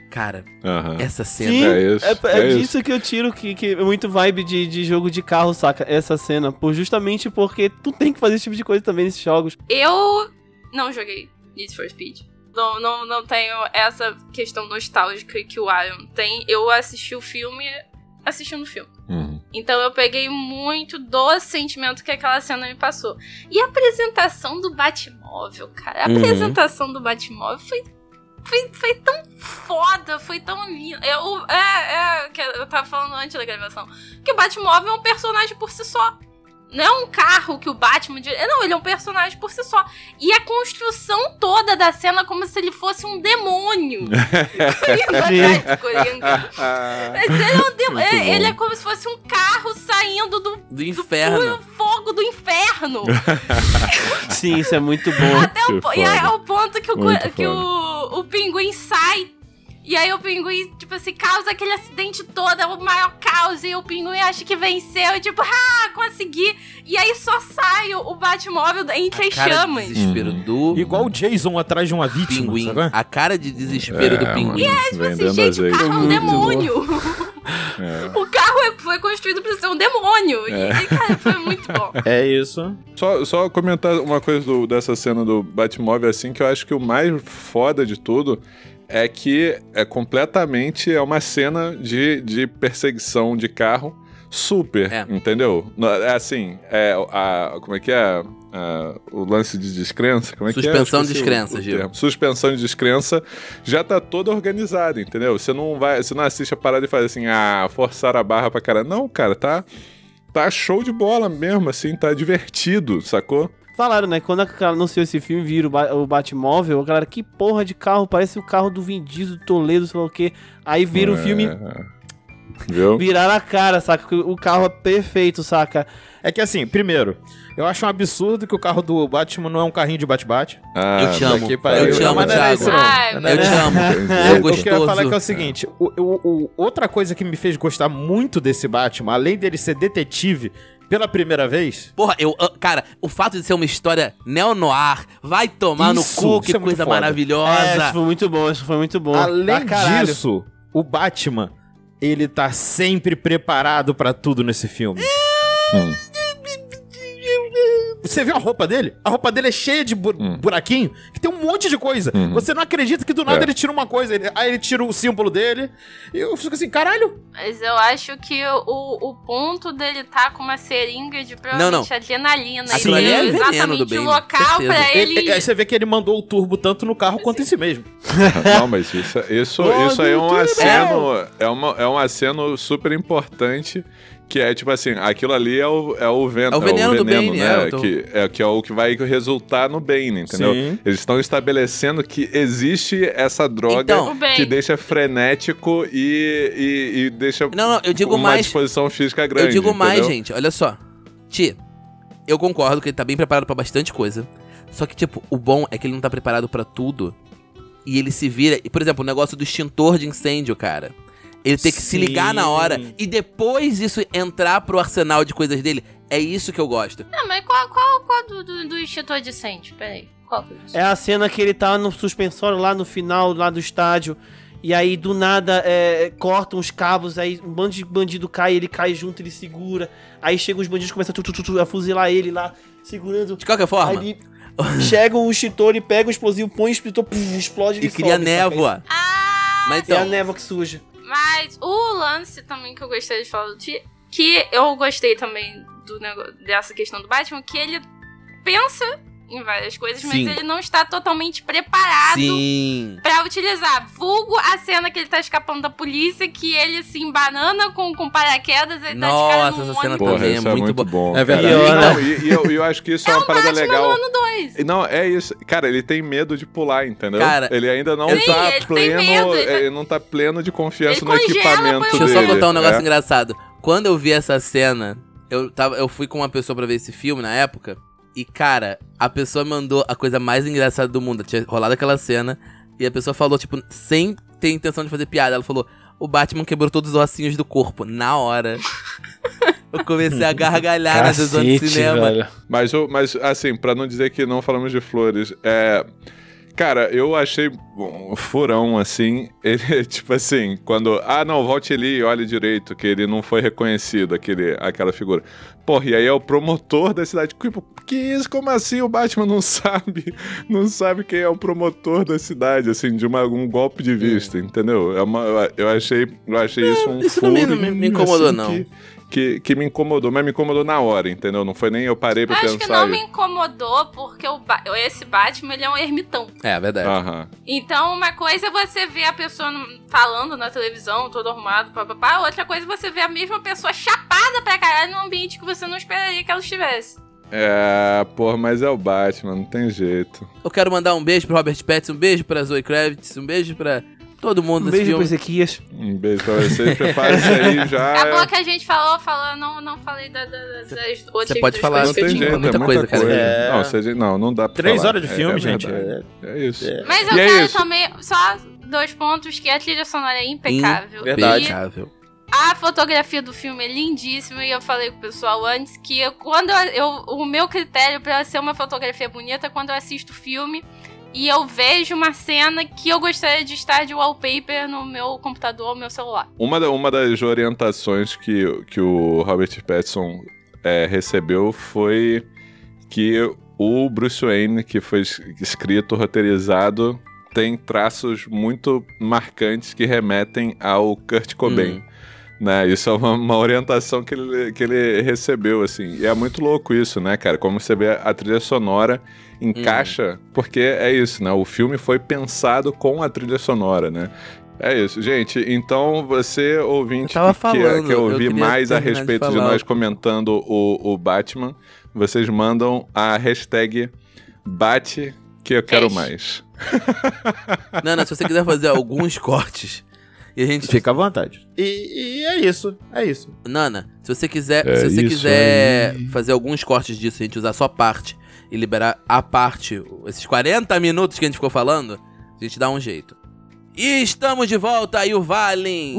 S1: Cara,
S2: Aham.
S1: essa cena.
S6: Sim,
S2: É
S6: é,
S2: isso,
S6: é
S2: é
S6: disso que eu tiro que, que é muito vibe de, de jogo de carro, saca? Essa cena. Por, justamente porque tu tem que fazer esse tipo de coisa também nesses jogos.
S3: Eu não joguei Need for Speed. Não, não, não tenho essa questão nostálgica que o Iron tem. Eu assisti o filme assistindo o filme.
S2: Uhum.
S3: Então eu peguei muito do sentimento que aquela cena me passou. E a apresentação do Batmóvel, cara. A
S1: Uhum.
S3: apresentação do Batmóvel foi, foi, foi tão foda, foi tão linda. Eu, é, é, que eu tava falando antes da gravação. Que o Batmóvel é um personagem por si só. Não é um carro que o Batman. dire- é, Não, ele é um personagem por si só. E a construção toda da cena, é como se ele fosse um demônio. [laughs] Coringa, atrás de Coringa. Mas ele é um demônio.
S2: Muito bom.
S3: Ele é como se fosse um carro saindo do
S1: Do
S3: do
S1: inferno.
S3: puro fogo do
S2: [laughs]
S3: inferno.
S6: Sim, isso é muito [laughs] bom.
S3: Até o,
S2: Que
S3: po- e aí,
S2: foda.
S3: ao ponto que, o, co-
S2: Muito
S3: que o, o pinguim sai. E aí o pinguim, tipo assim, causa aquele acidente todo, é o maior caos. E o pinguim acha que venceu, e tipo, ah, consegui. E aí só sai o, o Batmóvel entre as
S1: cara
S3: chamas.
S1: de desespero
S2: Uhum.
S1: do
S4: Igual Hum. o Jason atrás de uma vítima,
S1: pinguim.
S4: sabe? é?
S1: A cara de desespero do pinguim.
S2: mano,
S3: Tipo assim,
S2: vendendo
S3: gente, o
S2: azeite.
S3: carro é um
S6: Muito bom.
S3: demônio.
S2: É.
S3: [laughs] O carro é- foi construído pra ser um demônio. E, cara, foi muito
S2: [laughs]
S3: bom.
S4: É isso.
S2: Só, só comentar uma coisa do- dessa cena do Batmóvel, assim, que eu acho que o mais foda de tudo é que é completamente é uma cena de, de perseguição de carro super,
S1: É.
S2: entendeu? No- é Assim, é a, como é que é? A- o lance de descrença? Como é que é?
S1: Suspensão
S2: Eu
S1: de
S2: esqueci o-
S1: descrença,
S2: o
S1: Gil.
S2: termo. Suspensão de descrença já tá toda organizada, entendeu? Você não vai, você não assiste a parada e faz assim, ah, forçar a barra pra cara. Não, cara, tá tá show de bola mesmo, assim, tá divertido, sacou?
S6: Falaram, né? Quando a cara anunciou esse filme, viram o, ba o Batmóvel, a galera, que porra de carro, parece o carro do Vin Diesel, do Toledo, sei lá o quê. Aí
S1: um
S6: viram o filme,
S2: É, Viu?
S6: viraram a cara, saca? Que O carro é perfeito, saca?
S4: É que assim, primeiro, eu acho um absurdo que o carro do Batman não é um carrinho de bate-bate.
S2: Ah,
S1: Eu te amo.
S4: Daqui pra-
S1: Eu te
S4: Não,
S1: amo,
S4: mas não era
S1: Thiago.
S4: isso, não.
S3: Ai,
S4: Não
S1: Eu
S4: era
S1: te
S4: isso.
S1: amo.
S2: É,
S1: É
S4: O que eu ia falar que é o
S1: gostoso.
S4: seguinte: o- o- o- outra coisa que me fez gostar muito desse Batman, além dele ser detetive pela primeira vez.
S1: Porra, eu. ah, Cara, o fato de ser uma história neo-noir vai tomar
S4: Isso,
S1: no cu, que
S4: isso é muito
S1: coisa
S4: foda. tipo,
S6: É, isso
S1: maravilhosa.
S6: foi muito bom, isso foi muito bom.
S4: além
S6: Pra caralho.
S4: disso, o Batman, ele tá sempre preparado pra tudo nesse filme.
S2: Hum.
S4: Você viu a roupa dele? A roupa dele é cheia de bu- buraquinho, que tem um monte de coisa. Você não acredita que do nada
S2: É.
S4: ele tira uma coisa. ele- aí ele tira o símbolo dele. E eu fico assim, caralho.
S3: Mas eu acho que o, o ponto dele tá com uma seringa de provavelmente
S1: Não, não.
S3: adrenalina.
S1: Aquilo
S3: ele
S1: ali é
S3: deu
S1: veneno do
S3: exatamente
S1: Bane,
S3: o local
S1: certeza. É,
S3: pra ele.
S4: Ele- aí você vê que ele mandou o turbo tanto no carro quanto em si mesmo.
S2: Não, mas isso, isso,
S6: Oh,
S2: isso aí é um
S1: né?
S6: doutor!
S2: aceno, é, uma, é um aceno super importante, que é tipo assim, aquilo ali é o, é o, ven
S1: É o veneno do Bane, é,
S2: né?
S1: eu tô-
S2: que, é, que é o que vai resultar no Bane, entendeu?
S4: Sim.
S2: Eles estão estabelecendo que existe essa droga
S1: Então,
S3: O Bane.
S2: que deixa frenético e, e, e deixa
S1: Não, não, eu digo
S2: uma
S1: mais.
S2: disposição física grande.
S1: Eu digo mais,
S2: entendeu?
S1: gente. Olha só. Ti, eu concordo que ele tá bem preparado pra bastante coisa. Só que, tipo, o bom é que ele não tá preparado pra tudo. E ele se vira. E, por exemplo, o negócio do extintor de incêndio, cara. Ele tem que se
S4: Sim.
S1: ligar na hora e depois isso entrar pro arsenal de coisas dele. É isso que eu gosto.
S3: Não, mas qual, qual, qual do, do, do extintor de incêndio? Peraí. Qual?
S6: É a cena que ele tá no suspensório lá no final, lá do estádio. E aí, do nada, é, cortam os cabos, aí um bando de bandido cai, ele cai junto, ele segura. Aí chegam os bandidos, começam a, tu, tu, tu, tu, a fuzilar ele lá, segurando.
S1: De qualquer
S6: Aí
S1: forma,
S6: ele chega o extintor e pega o explosivo, põe o extintor, puf, explode
S1: e cria
S6: sobe, saca?
S1: névoa. Mas
S6: É a
S1: então,
S6: névoa que suja.
S3: Mas o lance também que eu gostaria de falar do Ti, que eu gostei também do nego- dessa questão do Batman, que ele pensa em várias coisas,
S1: Sim.
S3: mas ele não está totalmente preparado
S1: sim.
S3: Pra utilizar. Vulgo a cena que ele tá escapando da polícia, que ele se embanana com, com paraquedas, ele tá de cara
S1: Nossa,
S3: num
S1: essa cena
S3: ônibus.
S1: também é
S2: isso
S1: muito boa.
S2: bom.
S4: É
S2: cara.
S4: verdade.
S2: Então, e, e eu, e eu acho que isso é, uma parada
S3: um Batman
S2: legal.
S3: no ano 2.
S2: Não, é isso. Cara, ele tem medo de pular, entendeu?
S1: Cara,
S2: ele ainda não
S3: Sim,
S2: tá
S3: ele tem
S2: pleno,
S3: medo, ele tá-
S2: ele não tá pleno de confiança
S3: Ele
S2: no
S3: congela,
S2: equipamento
S3: põe
S1: Deixa eu
S2: dele.
S1: só contar um negócio
S2: é.
S1: engraçado. Quando eu vi essa cena, eu, tava, eu fui com uma pessoa pra ver esse filme na época. E, cara, a pessoa mandou a coisa mais engraçada do mundo. Tinha rolado aquela cena. E a pessoa falou, tipo, sem ter intenção de fazer piada. Ela falou: O Batman quebrou todos os ossinhos do corpo. Na hora. [laughs] eu comecei a gargalhar na sessão de cinema.
S2: Mas, eu- mas, assim, pra não dizer que não falamos de flores, é. Cara, eu achei um furão, assim. [laughs] Ele, tipo assim, quando. Ah, não, volte ali e olhe direito, que ele não foi reconhecido, aquele, aquela figura. Porra, e aí é o promotor da cidade. Tipo, que isso? Como assim? O Batman não [laughs] sabe. Não sabe quem é o promotor da cidade, assim, de uma- um golpe de vista, entendeu? É uma, eu achei, eu achei isso um
S1: É, isso não me-
S2: furo,
S1: me- me incomodou, não.
S2: que- que, que me incomodou, mas me incomodou na hora, entendeu? Não foi nem eu parei
S3: Eu
S2: pra
S3: acho que
S2: pensar.
S3: não me incomodou, porque o Ba- esse Batman ele é um ermitão.
S1: É, verdade.
S2: Aham.
S3: Então, uma coisa é você ver a pessoa no- falando na televisão, todo arrumado, papapá. Outra coisa é você ver a mesma pessoa chapada pra caralho num ambiente que você não esperaria que ela estivesse.
S2: É, porra, mas é o Batman, não tem jeito.
S1: Eu quero mandar um beijo pro Robert Pattinson, um beijo pra Zoe Kravitz, um beijo pra todo mundo
S6: Um
S1: desse
S6: beijo pro
S1: filme.
S6: Ezequias.
S2: Um beijo pra
S4: [laughs]
S2: vocês, prepare-se aí
S3: Acabou
S2: já.
S3: É que a gente falou, falou, não, não falei da, da, da- das outras
S1: Você pode
S3: duas
S1: falar,
S2: Não
S3: coisas que eu
S2: tem
S1: Sim,
S3: tinha.
S2: jeito, é muita coisa,
S1: cara.
S4: É.
S2: Não, se a gente- não, não dá pra
S4: Três
S2: falar.
S4: horas de
S2: É-
S4: filme,
S2: é
S4: gente.
S2: verdade.
S4: é-
S2: É, isso.
S3: Mas eu
S2: E é
S3: quero
S2: isso.
S3: também só dois pontos que a trilha sonora é impecável.
S4: Verdade.
S3: E
S1: Impecável.
S3: a fotografia do filme é lindíssima e eu falei com o pessoal antes que eu- quando eu, eu- o meu critério pra ser uma fotografia bonita é quando eu assisto o filme e eu vejo uma cena que eu gostaria de estar de wallpaper no meu computador ou meu celular.
S2: Uma, da- uma das orientações que, que o Robert Pattinson é, recebeu foi que o Bruce Wayne, que foi es- escrito, roteirizado, tem traços muito marcantes que remetem ao Kurt Cobain. Né, isso é uma, uma orientação que ele, que ele recebeu, assim. E é muito louco isso, né, cara? Como você vê a trilha sonora encaixa, porque é isso, né? O filme foi pensado com a trilha sonora, né? É isso, gente. Então, você, ouvinte,
S1: Eu tava
S2: que
S1: falando,
S2: quer, quer ouvir
S1: eu queria
S2: mais a
S1: terminar de
S2: respeito de,
S1: falar.
S2: nós comentando o, o Batman, vocês mandam a hashtag Bate que eu quero
S3: Hashtag.
S2: mais.
S1: Não, não, se você quiser fazer alguns cortes. E a gente.
S4: Fica à vontade. E, e é isso, é isso.
S1: Nana, se você quiser,
S2: É
S1: se você
S2: isso
S1: quiser fazer alguns cortes disso, a gente usar só parte e liberar a parte, esses 40 minutos que a gente ficou falando, a gente dá um jeito. E estamos de volta aí o Valen.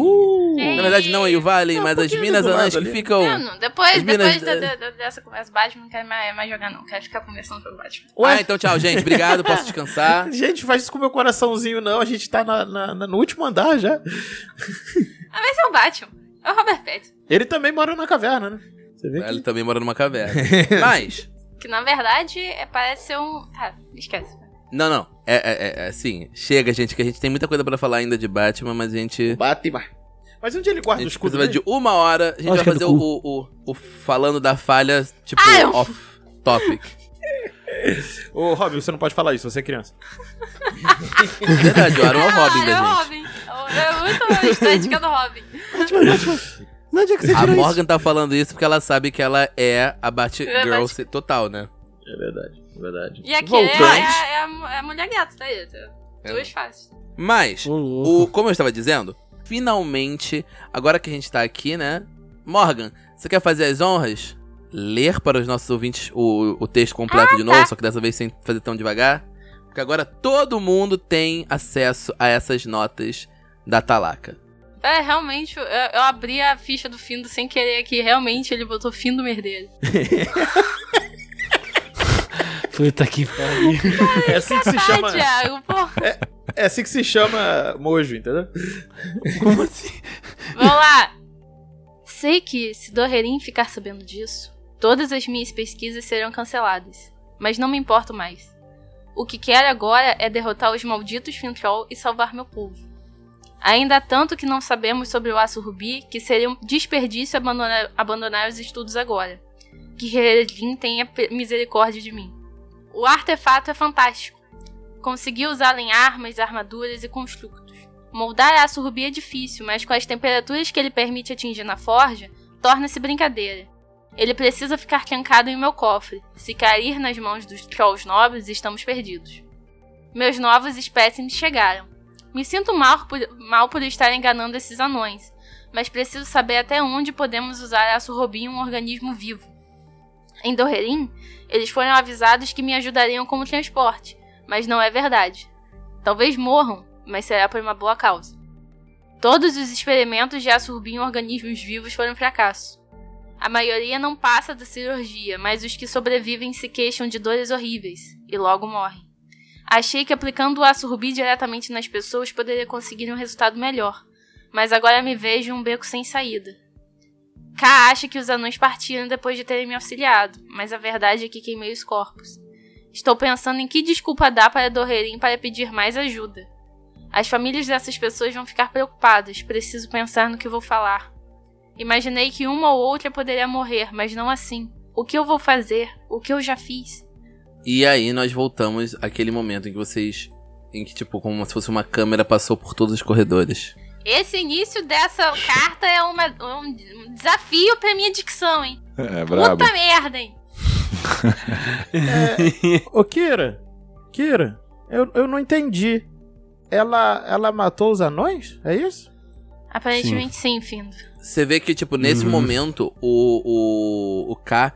S1: Na verdade não é o Valen,
S4: Uh! Não,
S1: mas
S4: um
S1: as
S4: pouquinho
S1: minas
S4: do lado
S1: anãs que
S4: ali.
S1: ficam
S3: Não, não, depois,
S1: Então, As minas-
S3: depois da- da- da- dessa conversa Batman, não quero mais, mais jogar, não. Quero ficar conversando sobre Batman.
S1: Ah, então tchau, gente. Obrigado, posso
S4: [laughs]
S1: descansar.
S4: Gente, faz isso com meu coraçãozinho, não. A gente tá na- na- na- no último andar já.
S3: Ah, mas é o Batman. É o Robert Pattinson.
S4: Ele também mora na caverna, né? Você vê
S1: Ele
S4: que...
S1: também mora numa
S4: [laughs]
S1: caverna. Mas,
S3: Que na verdade é, parece ser um. Tá, esquece.
S1: não, não. É, é, é, é, assim, chega, gente, que a gente tem muita coisa pra falar ainda de Batman, mas a gente.
S4: Bate, bate. Mas onde ele
S1: A
S4: guarda o
S1: gente
S4: escudo?
S1: precisa de uma hora. A gente
S5: Acho que
S1: vai
S5: é do
S1: fazer o,
S5: cu.
S1: o, o falando da falha, tipo,
S3: Ah, eu-
S1: off topic.
S4: dele?
S1: um-
S4: Ô, Rob, você não pode falar isso, você é criança.
S1: É Verdade, eu Então, era
S3: [laughs]
S1: o Robin
S3: é o
S1: da gente.
S3: Robin. É muito a estética do Robin.
S5: Não, onde é que você
S1: A
S5: tirou isso?
S1: Morgan tá falando isso porque ela sabe que ela é a Batgirl
S3: Verdade.
S1: total, né?
S4: É verdade, é verdade.
S3: E aqui é,
S4: Voltando.
S3: é, é a, mu- é a mulher gata, tá aí. tá?
S1: É.
S3: Duas faces.
S1: Mas,
S6: Uhum.
S5: Ô, louco.
S1: o, como eu estava dizendo, finalmente, agora que a gente tá aqui, né? Morgan, você quer fazer as honras? Ler para os nossos ouvintes o, o texto
S3: Ah,
S1: completo de novo,
S3: tá.
S1: só que dessa vez sem fazer tão devagar. Porque agora todo mundo tem acesso a essas notas da Talaca.
S3: É, realmente, eu, eu abri a ficha do Findo sem querer aqui. Realmente, ele botou Findo Merdeiro.
S5: Puta que pariu.
S4: É assim que se
S3: Ah,
S4: chama.
S3: Thiago, pô.
S4: É assim que se chama mojo, entendeu?
S5: Como assim?
S3: Vamos lá! Sei que, se Dorrerim ficar sabendo disso, todas as minhas pesquisas serão canceladas. Mas não me importo mais. O que quero agora é derrotar os malditos Fintroll e salvar meu povo. Ainda há tanto que não sabemos sobre o Aço Rubi que seria um desperdício abandonar, abandonar os estudos agora. Que Heredin tenha pe- misericórdia de mim. O artefato é fantástico. Consegui usá-lo em armas, armaduras e construtos. Moldar aço rubi é difícil, mas com as temperaturas que ele permite atingir na forja, torna-se brincadeira. Ele precisa ficar trancado em meu cofre. Se cair nas mãos dos trolls nobres, estamos perdidos. Meus novos espécimes chegaram. Me sinto mal por, mal por estar enganando esses anões, mas preciso saber até onde podemos usar aço rubi em um organismo vivo. Em Dorrerim, eles foram avisados que me ajudariam como transporte, mas não é verdade. Talvez morram, mas será por uma boa causa. Todos os experimentos de assorbir em organismos vivos foram fracasso. A maioria não passa da cirurgia, mas os que sobrevivem se queixam de dores horríveis e logo morrem. Achei que aplicando o aço rubi diretamente nas pessoas poderia conseguir um resultado melhor, mas agora me vejo em um beco sem saída. K acha que os anões partiram depois de terem me auxiliado, mas a verdade é que queimei os corpos. Estou pensando em que desculpa dar para Dorreirim para pedir mais ajuda. As famílias dessas pessoas vão ficar preocupadas, preciso pensar no que vou falar. Imaginei que uma ou outra poderia morrer, mas não assim. O que eu vou fazer? O que eu já fiz?
S1: E aí nós voltamos àquele momento em que vocês. Em que, tipo, como se fosse uma câmera passou por todos os corredores.
S3: Esse início dessa carta é uma- um um desafio pra minha dicção, hein?
S2: É brabo.
S3: Puta merda, hein?
S4: Ô, Kira, Kira, eu, eu não entendi. Ela, ela matou os anões? É isso?
S3: Aparentemente sim, Findo.
S1: Você vê que, tipo,
S5: Uhum.
S1: nesse momento, o, o. O K,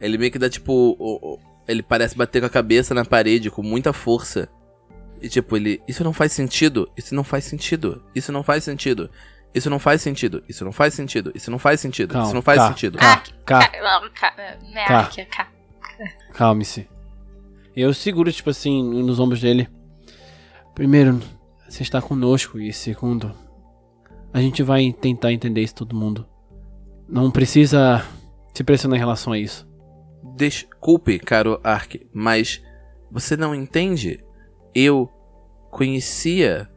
S1: ele meio que dá, tipo. o- o- ele parece bater com a cabeça na parede com muita força. E, tipo, ele. Isso não faz sentido. Isso não faz sentido. Isso não faz sentido. Isso não faz sentido. Isso não faz sentido. Isso não faz sentido.
S5: Calma,
S1: isso não faz
S5: K,
S1: sentido.
S5: K, K,
S3: Ca- Ah, não, ca- Não é
S5: Tá.
S3: Arquia, ca-
S5: calme-se. Eu seguro, tipo assim, nos ombros dele.
S6: Primeiro, você está conosco e segundo, a gente vai tentar entender isso todo mundo. Não precisa se pressionar em relação a isso.
S1: Desculpe, caro Ark, mas você não entende? Eu conhecia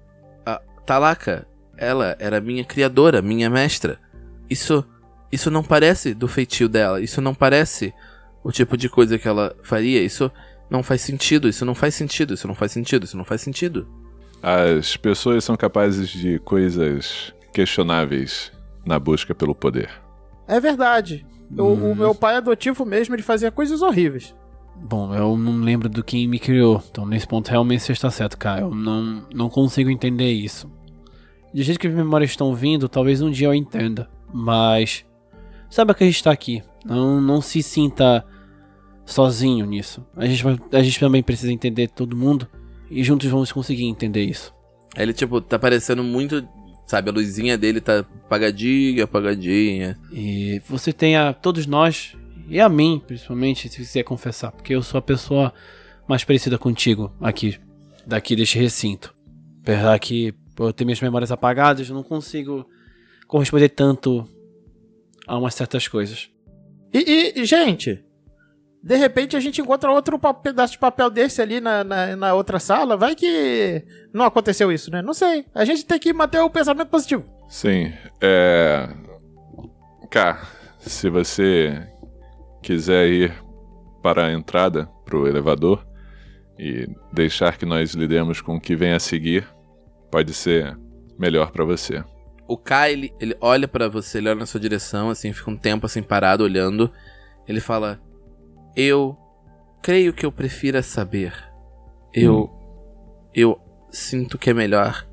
S1: a Talaka. Ela era minha criadora, minha mestra. Isso isso não parece do feitio dela. Isso não parece o tipo de coisa que ela faria. Isso não faz sentido. Isso não faz sentido. Isso não faz sentido. Isso não faz sentido.
S2: As pessoas são capazes de coisas questionáveis na busca pelo poder.
S4: É verdade. Eu-
S6: Uhum.
S4: O meu pai adotivo mesmo, ele fazia coisas horríveis.
S6: Bom, eu não lembro do quem me criou, então nesse ponto realmente você está certo, cara. Eu não, não consigo entender isso. Do jeito que as memórias estão vindo, talvez um dia eu entenda. Mas saiba que a gente está aqui. Não, não se sinta sozinho nisso. A gente, vai- a gente também precisa entender todo mundo e juntos vamos conseguir entender isso.
S1: Aí Ele, tipo, tá parecendo muito. Sabe, a luzinha dele tá apagadinha, apagadinha.
S6: E você tem a todos nós, e a mim principalmente, se quiser confessar, porque eu sou a pessoa mais parecida contigo aqui, daqui deste recinto. Apesar que por eu ter minhas memórias apagadas, eu não consigo corresponder tanto a umas certas coisas.
S4: E, e, gente, de repente a gente encontra outro pa- pedaço de papel desse ali na, na, na outra sala. Vai que não aconteceu isso, né? Não sei. A gente tem que manter o pensamento positivo.
S2: Sim, é. Cá, se você quiser ir para a entrada, para o elevador, e deixar que nós lidemos com o que vem a seguir, pode ser melhor para você.
S1: O Kai, ele, ele olha pra você, ele olha na sua direção, assim, fica um tempo assim parado olhando. Ele fala: Eu creio que eu prefira saber.
S2: Hum.
S1: Eu. Eu sinto que é melhor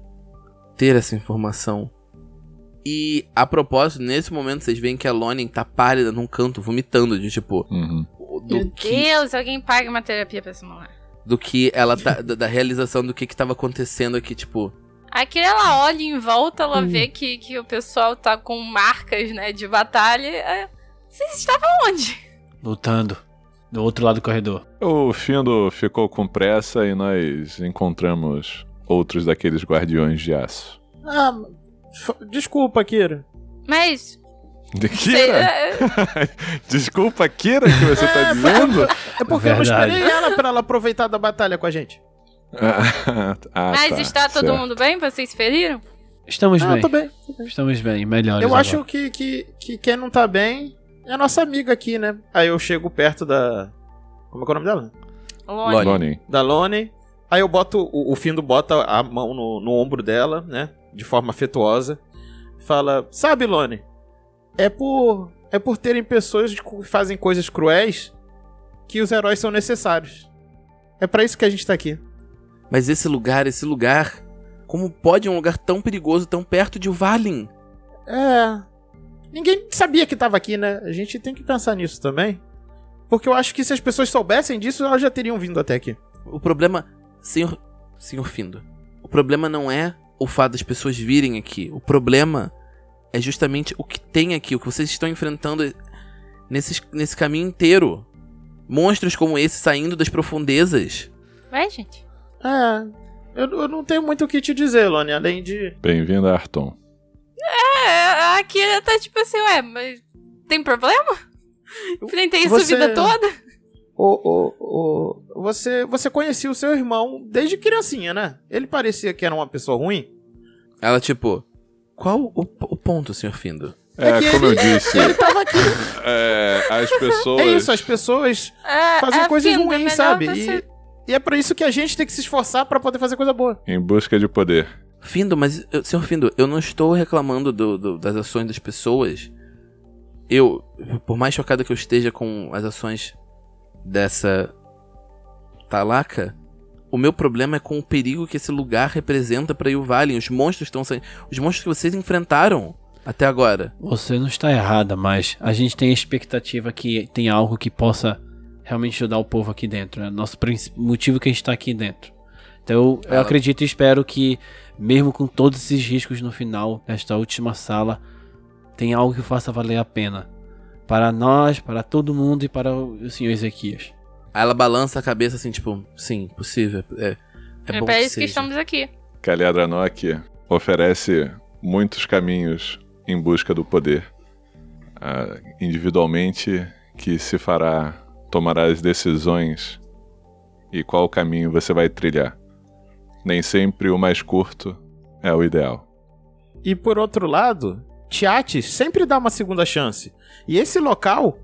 S1: ter essa informação. E a propósito, nesse momento vocês veem que a Lonin tá pálida num canto, vomitando, de tipo.
S2: Uhum.
S3: Meu
S1: Do que
S3: Deus, alguém paga uma terapia pra essa mulher.
S1: do que ela tá. da, da realização do que que tava acontecendo aqui, tipo.
S3: Aqui ela olha em volta, ela vê que, que o pessoal tá com marcas, né, de batalha. É, Vocês estavam onde?
S6: Lutando do outro lado do corredor.
S2: O Findo ficou com pressa e nós encontramos outros daqueles guardiões de aço. [laughs]
S4: Ah, f- desculpa, Kira.
S3: Mas.
S2: De
S3: sei-
S2: Kira?
S3: é,
S2: Desculpa, Kira, que você
S3: [laughs]
S2: tá dizendo?
S4: É porque eu
S6: Verdade.
S4: não esperei ela pra ela aproveitar da batalha com a gente.
S2: [laughs] Ah, tá,
S3: é, mas está todo
S2: certo.
S3: mundo bem? Vocês feriram?
S6: Estamos
S4: Ah,
S6: bem,
S4: eu tô bem.
S6: estamos bem, melhores
S4: Eu
S6: agora.
S4: acho que, que, que quem não tá bem é a nossa amiga aqui, né? Aí eu chego perto da. Como é que é o nome dela?
S3: Lone.
S2: Lonin.
S4: Da Lone. Aí eu boto. O, o Findo bota a mão no, no ombro dela, né? De forma afetuosa. Fala: Sabe, Lone, é por. É por terem pessoas que fazem coisas cruéis que os heróis são necessários. É pra isso que a gente tá aqui.
S1: Mas esse lugar, esse lugar. Como pode um lugar tão perigoso, tão perto de um Valin?
S4: É. Ninguém sabia que tava aqui, né? A gente tem que pensar nisso também. Porque eu acho que se as pessoas soubessem disso, elas já teriam vindo até aqui.
S1: O problema. Senhor. Senhor Findo. O problema não é o fato das pessoas virem aqui. O problema é justamente o que tem aqui, o que vocês estão enfrentando nesse, nesse caminho inteiro. Monstros como esse saindo das profundezas.
S3: Vai, gente.
S4: É. Eu, eu não tenho muito o que te dizer, Lone, além de.
S2: Bem-vindo, Arton.
S3: É, a Kira tá tipo assim, ué, mas tem problema? Enfrentei isso
S4: Você-
S3: a vida toda?
S4: O, o, o... Você, você conhecia o seu irmão desde criancinha, né? Ele parecia que era uma pessoa ruim.
S1: Ela, tipo. Qual o, o ponto, senhor Findo?
S2: É,
S4: que
S2: como
S4: ele-
S2: eu
S6: [laughs]
S2: disse,
S4: Ele tava aqui.
S2: é, as pessoas.
S4: É isso, as pessoas
S3: É,
S4: fazem
S3: é,
S4: coisas
S3: Findo,
S4: ruins,
S3: melhor
S4: sabe?
S3: você-
S4: E, e é pra isso que a gente tem que se esforçar pra poder fazer coisa boa.
S2: Em busca de poder.
S1: Findo, mas, eu- senhor Findo, eu não estou reclamando do- do- das ações das pessoas. Eu, por mais chocado que eu esteja com as ações dessa talaca, o meu problema é com o perigo que esse lugar representa para Yuvalin. Os monstros estão saindo. Os monstros que vocês enfrentaram até agora.
S6: Você não está errada, mas a gente tem a expectativa que tem algo que possa realmente ajudar o povo aqui dentro. É o nosso princi- motivo que a gente está aqui dentro. Então eu, eu
S1: Ela-
S6: acredito e espero que, mesmo com todos esses riscos no final, nesta última sala, tem algo que faça valer a pena. Para nós, para todo mundo e para o o senhor Ezequias.
S1: Aí ela balança a cabeça assim, tipo, sim, possível. É,
S3: É,
S5: bom
S3: pra
S5: que
S3: isso que
S5: seja.
S3: estamos aqui.
S2: Calhadra Nock oferece muitos caminhos em busca do poder. Ah, individualmente, que se fará, tomará as decisões e qual caminho você vai trilhar. Nem sempre o mais curto é o ideal.
S4: E por outro lado, Tiati sempre dá uma segunda chance. E esse local,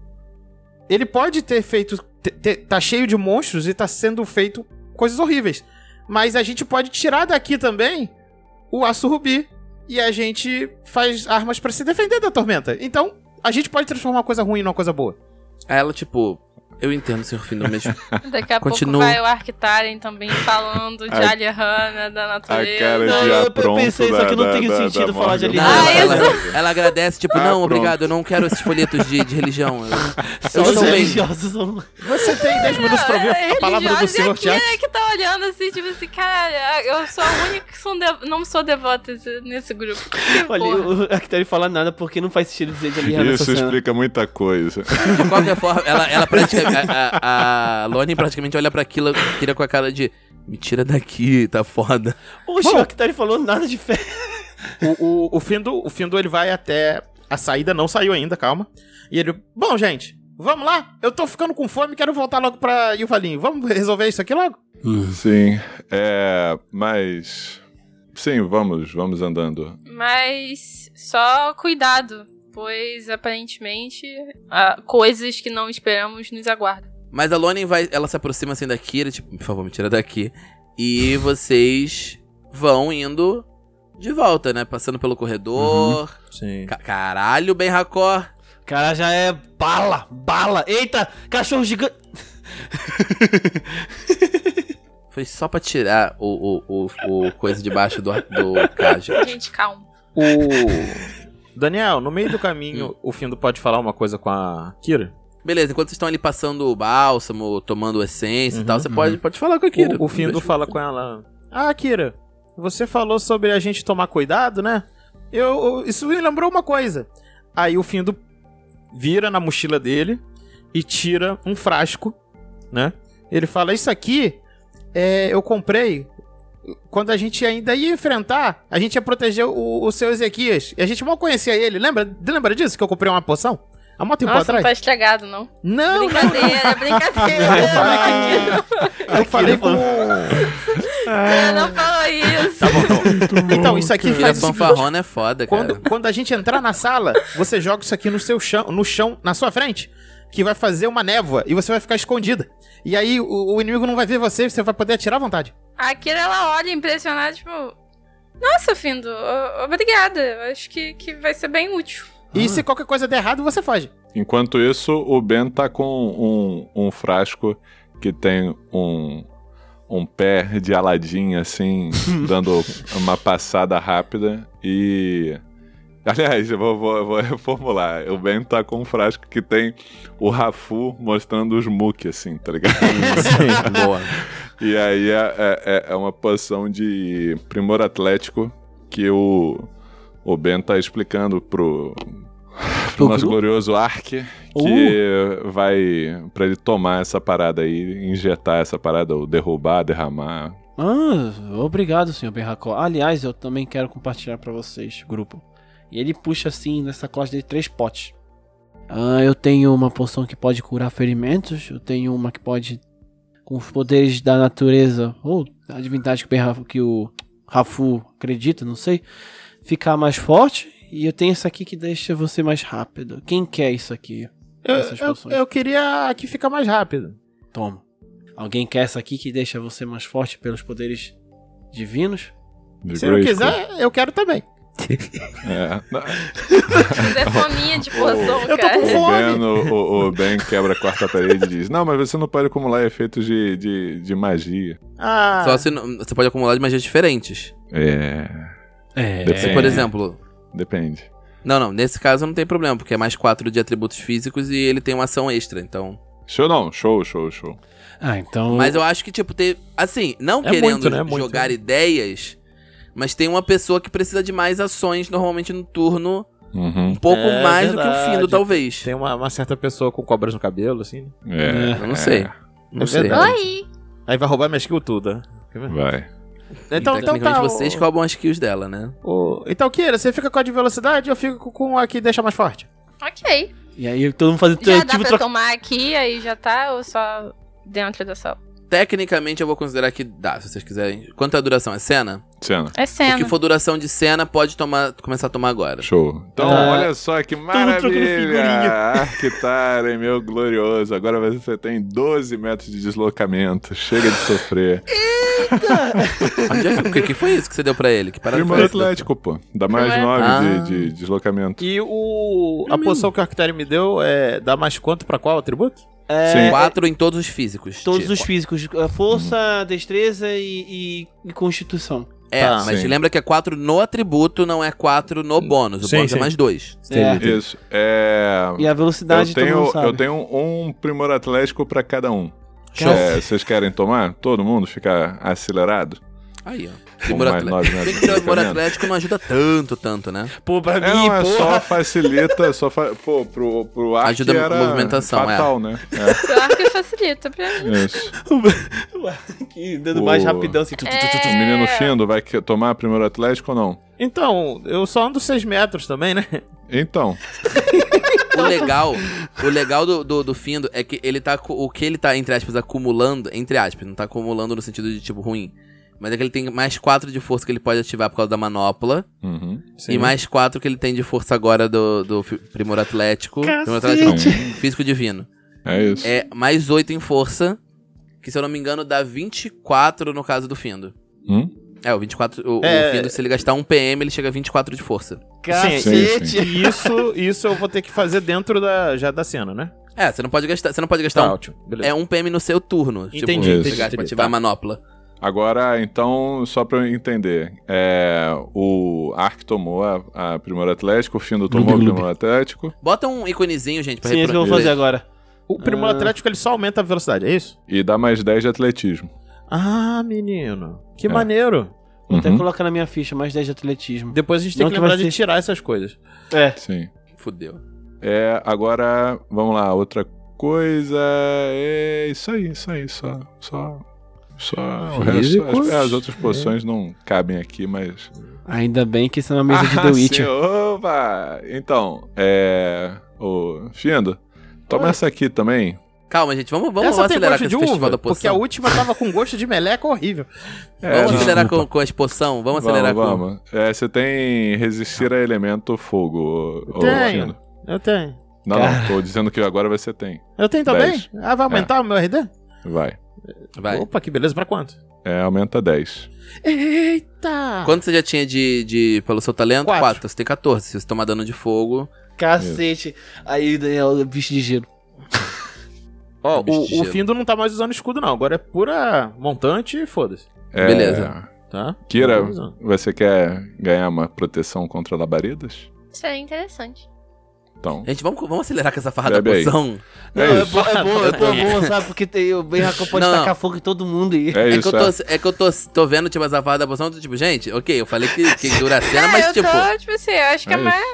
S4: ele pode ter feito. te- te- tá cheio de monstros e tá sendo feito coisas horríveis. Mas a gente pode tirar daqui também o aço rubi. E a gente faz armas pra se defender da tormenta. Então, a gente pode transformar uma coisa ruim numa coisa boa.
S1: Aí ela, tipo, eu entendo, senhor Fino, mas
S3: Daqui a
S1: Continua.
S3: pouco vai o Arctaren também falando de
S2: A-
S3: Alihanna, da natureza.
S2: A cara
S6: Não,
S2: de
S6: eu- eu
S2: apronto
S6: pensei,
S2: da,
S6: só que não
S2: da-
S6: tem
S2: da-
S6: sentido
S2: da
S6: falar de
S2: Morgan.
S6: alienígena.
S3: Ah,
S1: ela,
S3: isso.
S1: ela agradece, tipo,
S2: Ah,
S1: não,
S2: pronto.
S1: obrigado, eu não quero esses folhetos de, de religião.
S2: [laughs]
S1: Eu-
S6: Só os
S1: estou bem.
S6: religiosos são...
S4: Você tem 10 minutos pra ouvir a, a palavra do
S3: religiosa é
S4: senhor
S3: aquela
S4: Tiati.
S3: que tá olhando assim, tipo assim, cara, eu sou a única que sou um de- não sou devota nesse grupo. Que
S6: Olha,
S3: porra.
S6: o Arctério fala nada porque não faz sentido dizer de alienígena nessa
S2: Isso
S6: cena.
S2: explica muita coisa.
S1: De qualquer forma, ela, ela praticamente. A, a, a Loni praticamente olha pra aquilo, Kira com a cara de. Me tira daqui, tá foda.
S6: Poxa,
S4: Bom.
S6: o Arctério falou nada de fé.
S4: O, o, o Findo, o Findo, ele vai até. A saída não saiu ainda, calma. E ele. Bom, gente, vamos lá? Eu tô ficando com fome, quero voltar logo pra Yuvalinho. Vamos resolver isso aqui logo?
S6: Hum.
S2: Sim, é. Mas. Sim, vamos, vamos andando.
S3: Mas só cuidado, pois aparentemente ah, coisas que não esperamos nos aguardam.
S1: Mas a Loni vai. Ela se aproxima assim da Kira, tipo, por favor, me tira daqui. E vocês vão indo de volta, né? Passando pelo corredor.
S2: Uhum.
S4: Sim.
S1: Ca- caralho, Ben Racor.
S6: Cara, já é bala, bala. Eita, cachorro gigante.
S1: Foi só pra tirar o, o, o, o coisa debaixo do, do caixa.
S3: Gente, calma.
S4: O. Daniel, no meio do caminho, o Findo pode falar uma coisa com a Kira?
S1: Beleza, enquanto vocês estão ali passando o bálsamo, tomando essência
S4: Uhum,
S1: e tal, você
S4: uhum.
S1: pode, pode falar com a Kira.
S4: O, o Findo fala com ela. Ah, Kira, você falou sobre a gente tomar cuidado, né? Eu, eu- isso me lembrou uma coisa. Aí o Findo vira na mochila dele e tira um frasco, né? Ele fala: Isso aqui é, eu comprei quando a gente ainda ia enfrentar, a gente ia proteger o, o seu Ezequias. E a gente mal conhecia ele. Lembra, lembra disso que eu comprei uma poção? Há muito tempo
S3: Nossa, não
S4: atrás?
S3: tá estragado, não.
S4: Não, não,
S3: brincadeira, brincadeira.
S4: Eu falei que-
S3: Não,
S4: eu falei com.
S3: não falou isso.
S4: Tá Então, isso aqui
S1: Kira
S4: faz o seguinte,
S1: fanfarrona é foda,
S4: Quando,
S1: cara.
S4: quando a gente entrar na sala, você joga isso aqui no seu chão, no chão, na sua frente, que vai fazer uma névoa e você vai ficar escondida. E aí o, o inimigo não vai ver você, você vai poder atirar à vontade.
S3: A Kira, ela olha impressionada, tipo... Nossa, Findo, o- obrigada. Eu Acho que, que vai ser bem útil.
S4: E se qualquer coisa der errado, você foge.
S2: Enquanto isso, o Ben tá com um, um frasco que tem um, um pé de aladim, assim, dando uma passada rápida e. Aliás, eu vou, vou, vou reformular. O Ben tá com um frasco que tem o Rafu mostrando os muque, assim, tá ligado?
S1: Boa.
S5: [laughs]
S2: E aí é, é- é uma poção de primor atlético que o, o Ben tá explicando pro, pro
S1: Pro
S2: nosso
S1: grupo? Uh!
S2: glorioso Ark
S5: Uh,
S2: que vai pra ele tomar essa parada aí, injetar essa parada, ou derrubar, derramar.
S5: Ah, obrigado, senhor Berracó. Aliás, eu também quero compartilhar pra vocês, grupo. E ele puxa assim nessa costa dele três potes. Ah, eu tenho uma poção que pode curar ferimentos, eu tenho uma que pode com os poderes da natureza ou da divindade que o, Berra- que o Rafu acredita, não sei, ficar mais forte. E eu tenho essa aqui que deixa você mais rápido. Quem quer isso aqui?
S4: Eu,
S5: Essas
S4: eu-
S5: poções.
S4: eu queria que fica mais rápido.
S5: Toma. Alguém quer essa aqui que deixa você mais forte pelos poderes divinos?
S2: De
S4: Se não
S2: Grayskull.
S4: quiser, eu quero também.
S2: É. Na-
S3: Isso é fominha
S1: [laughs]
S3: de poção,
S4: Eu tô
S3: cara.
S4: [laughs] com fome.
S2: O ben, o, o- o Ben quebra a quarta parede e diz: Não, mas você não pode acumular efeitos de, de, de magia.
S4: Ah,
S1: Só se não- você pode acumular de magias diferentes.
S2: É.
S5: É.
S2: Depende.
S1: Se, por exemplo.
S2: Depende.
S1: Não, não, nesse caso não tem problema, porque é mais 4 de atributos físicos e ele tem uma ação extra, então.
S4: Uhum.
S2: Show não, show, show, show.
S5: Ah, então.
S1: Mas eu acho que, tipo, ter. Assim, não
S4: É
S1: querendo
S4: muito, né? Muito,
S1: jogar
S4: né?
S1: ideias, mas tem uma pessoa que precisa de mais ações normalmente no turno,
S2: Uhum.
S1: um pouco
S4: É
S1: mais do que o
S4: verdade.
S1: Findo, talvez.
S4: tem uma, uma certa pessoa com cobras no cabelo, assim.
S2: É.
S1: Eu não sei.
S4: É
S1: Não sei.
S4: verdade. Ah,
S3: Oi.
S4: Aí vai roubar minha skill toda.
S2: é, Vai.
S4: né? Então, então
S1: Tecnicamente
S4: tá. o-
S1: vocês roubam as kills dela, né?
S4: o- Então, Kira, você fica com a de velocidade eu fico com a que deixa mais forte?
S3: Ok.
S5: E aí todo mundo fazendo
S1: Então,
S3: Já dá
S5: tipo
S3: pra
S5: troca.
S3: tomar aqui, aí já tá ou só dentro da sala?
S1: Tecnicamente eu vou considerar que dá, se vocês quiserem. Quanto é a duração? É cena?
S2: Cena.
S3: É
S1: O que
S3: cena.
S1: for duração de cena pode tomar, começar a tomar agora.
S2: Show. Então,
S5: Ah,
S2: olha só que maravilha!
S6: [laughs]
S2: Arquitarem, meu glorioso. Agora você tem 12 metros de deslocamento. Chega de
S6: [laughs]
S2: sofrer.
S1: Onde é que- o que, que foi isso que você deu pra ele? Que parada
S2: Primo
S1: foi essa?
S2: Atlético, pô. Dá mais
S3: Primo
S2: 9
S6: tá.
S1: Atlético.
S2: de, de deslocamento.
S4: E o.
S6: É
S4: A poção que o Arquitério me deu é. Dá mais quanto pra qual atributo?
S2: Sim.
S1: Quatro em todos os físicos.
S6: é, Todos
S1: tipo.
S6: os físicos. eh, Força, destreza e, e- e constituição.
S1: É,
S4: Tá.
S1: mas
S2: Sim.
S1: lembra que é quatro no atributo, não é quatro no bônus. O
S4: Sim,
S1: bônus
S4: sim.
S1: é mais dois.
S6: É.
S2: Isso. É.
S6: E a velocidade
S2: Eu
S6: todo mundo
S2: tenho,
S6: sabe.
S2: eu tenho um primor atlético pra cada um.
S1: Show.
S2: É, vocês querem tomar? Todo mundo ficar acelerado?
S1: Aí, ó.
S2: Com
S1: Primor
S2: mais
S1: Atlético.
S2: nove né?
S1: Bem
S2: metros
S1: que
S2: de
S1: o Primor
S2: deslocamento?
S1: Atlético não ajuda tanto, tanto, né?
S6: Pô, pra
S2: É,
S6: mim,
S2: não, é só
S6: porra.
S2: facilita, só fa... pô, pro, pro arco
S1: Ajuda a
S2: era
S1: movimentação, é.
S2: fatal, né? É,
S3: Eu acho que facilita pra mim.
S2: isso.
S6: Que dando mais
S2: O-
S6: rapidão assim. Tu, tu, tu, tu, tu.
S2: O um menino Findo vai que- tomar primeiro Atlético ou não?
S4: Então, eu só ando 6 metros também, né?
S2: Então,
S1: O legal, o legal do, do, do Findo é que ele tá. co- O que ele tá, entre aspas, acumulando, entre aspas, não tá acumulando no sentido de tipo ruim. Mas é que ele tem mais quatro de força que ele pode ativar por causa da manopla.
S2: uhum.
S1: E mais quatro que ele tem de força agora do, do fi- Primor Atlético. Primor Atlético não, Físico Divino.
S2: é isso.
S1: É mais oito em força. Que se eu não me engano dá 24 no caso do Findo.
S2: Hum?
S1: É, o 24. O, o
S4: É.
S1: Findo, se ele gastar um PM, ele chega a 24 de força.
S2: Sim, sim.
S4: E isso, isso eu vou ter que fazer dentro da, já da cena, né? Tá
S1: É, você não pode gastar. Você não pode gastar um
S4: ótimo. Beleza.
S1: É um PM no seu turno.
S4: Entendi,
S1: tipo,
S2: entendi,
S1: você gasta pra
S4: entendi,
S1: ativar
S4: tá.
S1: a manopla.
S2: Agora, então, só pra eu entender, é, o Ark tomou a, a primeiro Atlético, o Findo tomou o primeiro Atlético,
S1: Bota um íconezinho, gente, pra
S6: Sim, é isso que eu vou fazer agora.
S4: O primo atlético ele só aumenta a velocidade, é isso?
S2: e dá mais 10 de atletismo.
S4: Ah, menino. Que
S2: É.
S4: maneiro.
S2: Uhum.
S6: Vou até colocar na minha ficha mais 10 de atletismo.
S4: Depois a gente tem
S6: Não
S4: que
S6: que
S4: lembrar
S6: vai
S4: de
S6: ser-
S4: tirar essas coisas.
S6: É.
S2: Sim.
S1: Fudeu.
S2: É, agora, vamos lá, outra coisa. É isso aí, isso aí, só. Só. Só. O resto,
S4: Físicos?
S2: as, é, as outras posições não cabem aqui, mas.
S5: Ainda bem que isso é uma mesa de The
S2: [laughs] Ah,
S5: Witcher.
S2: sim, opa! Então, é. Ô, Findo, toma essa aqui também.
S1: Calma, gente, vamos, vamos
S4: Essa tem
S1: acelerar com
S4: gosto
S1: esse
S4: de
S1: festival
S4: uva,
S1: da
S4: porque a
S1: poção.
S4: última tava com gosto de meleca horrível.
S2: É,
S1: vamos
S2: não,
S1: acelerar com, com as poção, vamos acelerar com.
S2: Vamos. É, você tem resistir a elemento fogo, ô, ô,
S4: Tenho.
S2: Findo.
S4: Eu tenho.
S2: Não, não, tô dizendo que agora você tem.
S4: Eu tenho também?
S2: Dez.
S4: Ah, vai aumentar o meu RD?
S2: Vai.
S1: Vai.
S4: Opa, que beleza, pra quanto?
S2: É, aumenta 10.
S4: Eita!
S1: Quanto você já tinha de, de pelo seu talento?
S4: Quatro.
S1: Quatro. Você tem 14. Se você tomar dano de fogo.
S6: Cacete. Aí, Daniel, bicho de gelo.
S4: Ó,
S1: bicho de
S4: o, o
S1: gelo.
S4: Findo não tá mais usando escudo, não. Agora é pura montante e foda-se.
S2: É,
S1: Beleza.
S4: Tá?
S2: Kira,
S4: Não tô usando.
S2: você quer ganhar uma proteção contra labaredas?
S3: Isso é interessante.
S2: Então,
S1: Gente, vamos, vamos acelerar com essa farra
S2: Bebe
S1: da
S2: aí.
S1: poção.
S2: é,
S6: Não, é,
S2: isso.
S6: bom, é bom, é bom, é bom, sabe? Porque tem, o Ben Hakon pode
S1: Não, não.
S6: tacar fogo em todo mundo e.
S2: É
S1: É,
S2: isso,
S1: que eu,
S2: é.
S1: tô, é que eu tô, tô vendo, tipo, essa farra da poção, tô tipo, gente, ok, eu falei que, que dura a
S4: [laughs]
S1: cena,
S3: Ah,
S1: mas
S3: eu
S1: tipo. Ah,
S3: tô, tipo assim, eu acho que é,
S2: É isso.
S3: mais.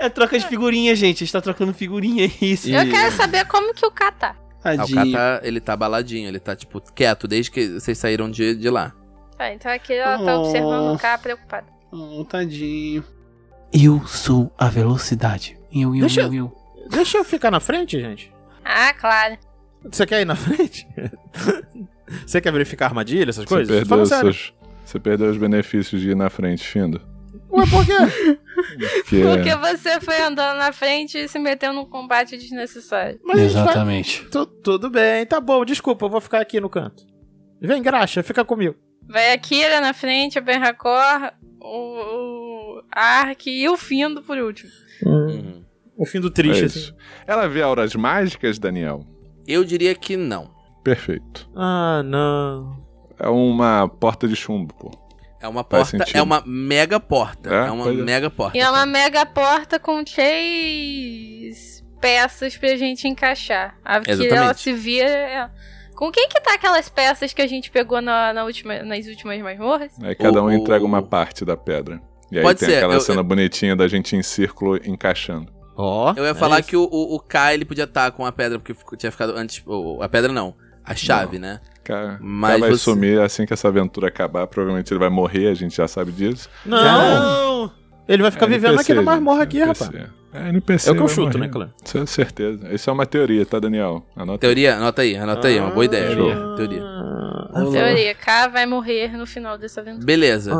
S6: É troca de figurinha, gente. A gente tá trocando figurinha, é isso.
S3: Eu quero saber como que o K tá.
S1: Ah, o cara tá, ele tá baladinho, ele tá, tipo, quieto desde que vocês saíram de, de lá.
S3: Tá, então aqui ela tá
S6: Oh.
S3: observando o K preocupada.
S5: Hum, tadinho.
S6: Eu sou a velocidade. Eu, eu,
S4: Deixa
S6: eu, eu.
S4: Deixa eu ficar na frente, gente.
S3: Ah, claro.
S4: Você quer ir na [laughs] frente? Você quer verificar armadilha, essas
S2: Você
S4: coisas?
S2: perdeu,
S4: Fala sério.
S2: seus, você perdeu os benefícios de ir na frente,
S1: [laughs]
S2: é Findo.
S4: Ué, por quê?
S1: É.
S2: Porque
S3: Porque você foi andando na frente e se meteu num combate desnecessário.
S4: Mas a gente vai-
S5: Exatamente.
S4: Tu- tudo bem, tá bom, desculpa, eu vou ficar aqui no canto. Vem, graxa, fica comigo.
S3: Vai a Kira na frente, a Benracor, o, o Ark e o Findo por último.
S4: Hum.
S1: Uhum.
S4: O fim do
S2: é
S4: triste, assim.
S2: isso. Ela vê auras mágicas, Daniel?
S1: Eu diria que não.
S2: Perfeito.
S4: Ah, não.
S2: É uma porta de chumbo, pô.
S1: É uma
S2: Faz
S1: porta,
S2: sentido.
S1: é uma mega porta.
S2: É?
S1: É, uma
S2: Pois é.
S1: mega porta.
S3: E é uma mega porta com três peças pra gente encaixar. A Kira,
S1: Exatamente.
S3: ela se vira... ela- Com quem que tá aquelas peças que a gente pegou na, na última, nas últimas masmorras?
S2: Aí cada um
S1: O-
S2: entrega uma
S1: o-
S2: parte da pedra. E aí
S1: Pode
S2: tem
S1: ser,
S2: aquela
S1: eu-
S2: cena bonitinha da gente em círculo encaixando.
S4: Ó.
S2: É
S1: Eu ia falar tá que o, o, o K ele podia estar com a pedra, porque ficou- tinha ficado antes. o- a pedra não. A chave, né?
S2: Cara,
S1: Mas
S2: Mas vai
S1: você-
S2: sumir assim que essa aventura acabar. Provavelmente ele vai morrer, a gente já sabe disso.
S4: Não! Ele vai ficar vivendo aqui na marmorra aqui, rapaz.
S2: É NPC.
S4: É o que eu
S2: vai
S4: chuto,
S2: morrer.
S4: né, claro?
S2: Isso é certeza. Isso é uma teoria, tá, Daniel? Anota aí.
S1: Teoria, anota aí, anota aí, é uma boa
S2: Ah,
S1: ideia. Teoria. teoria.
S3: Teoria, K vai morrer no final dessa aventura.
S1: Beleza.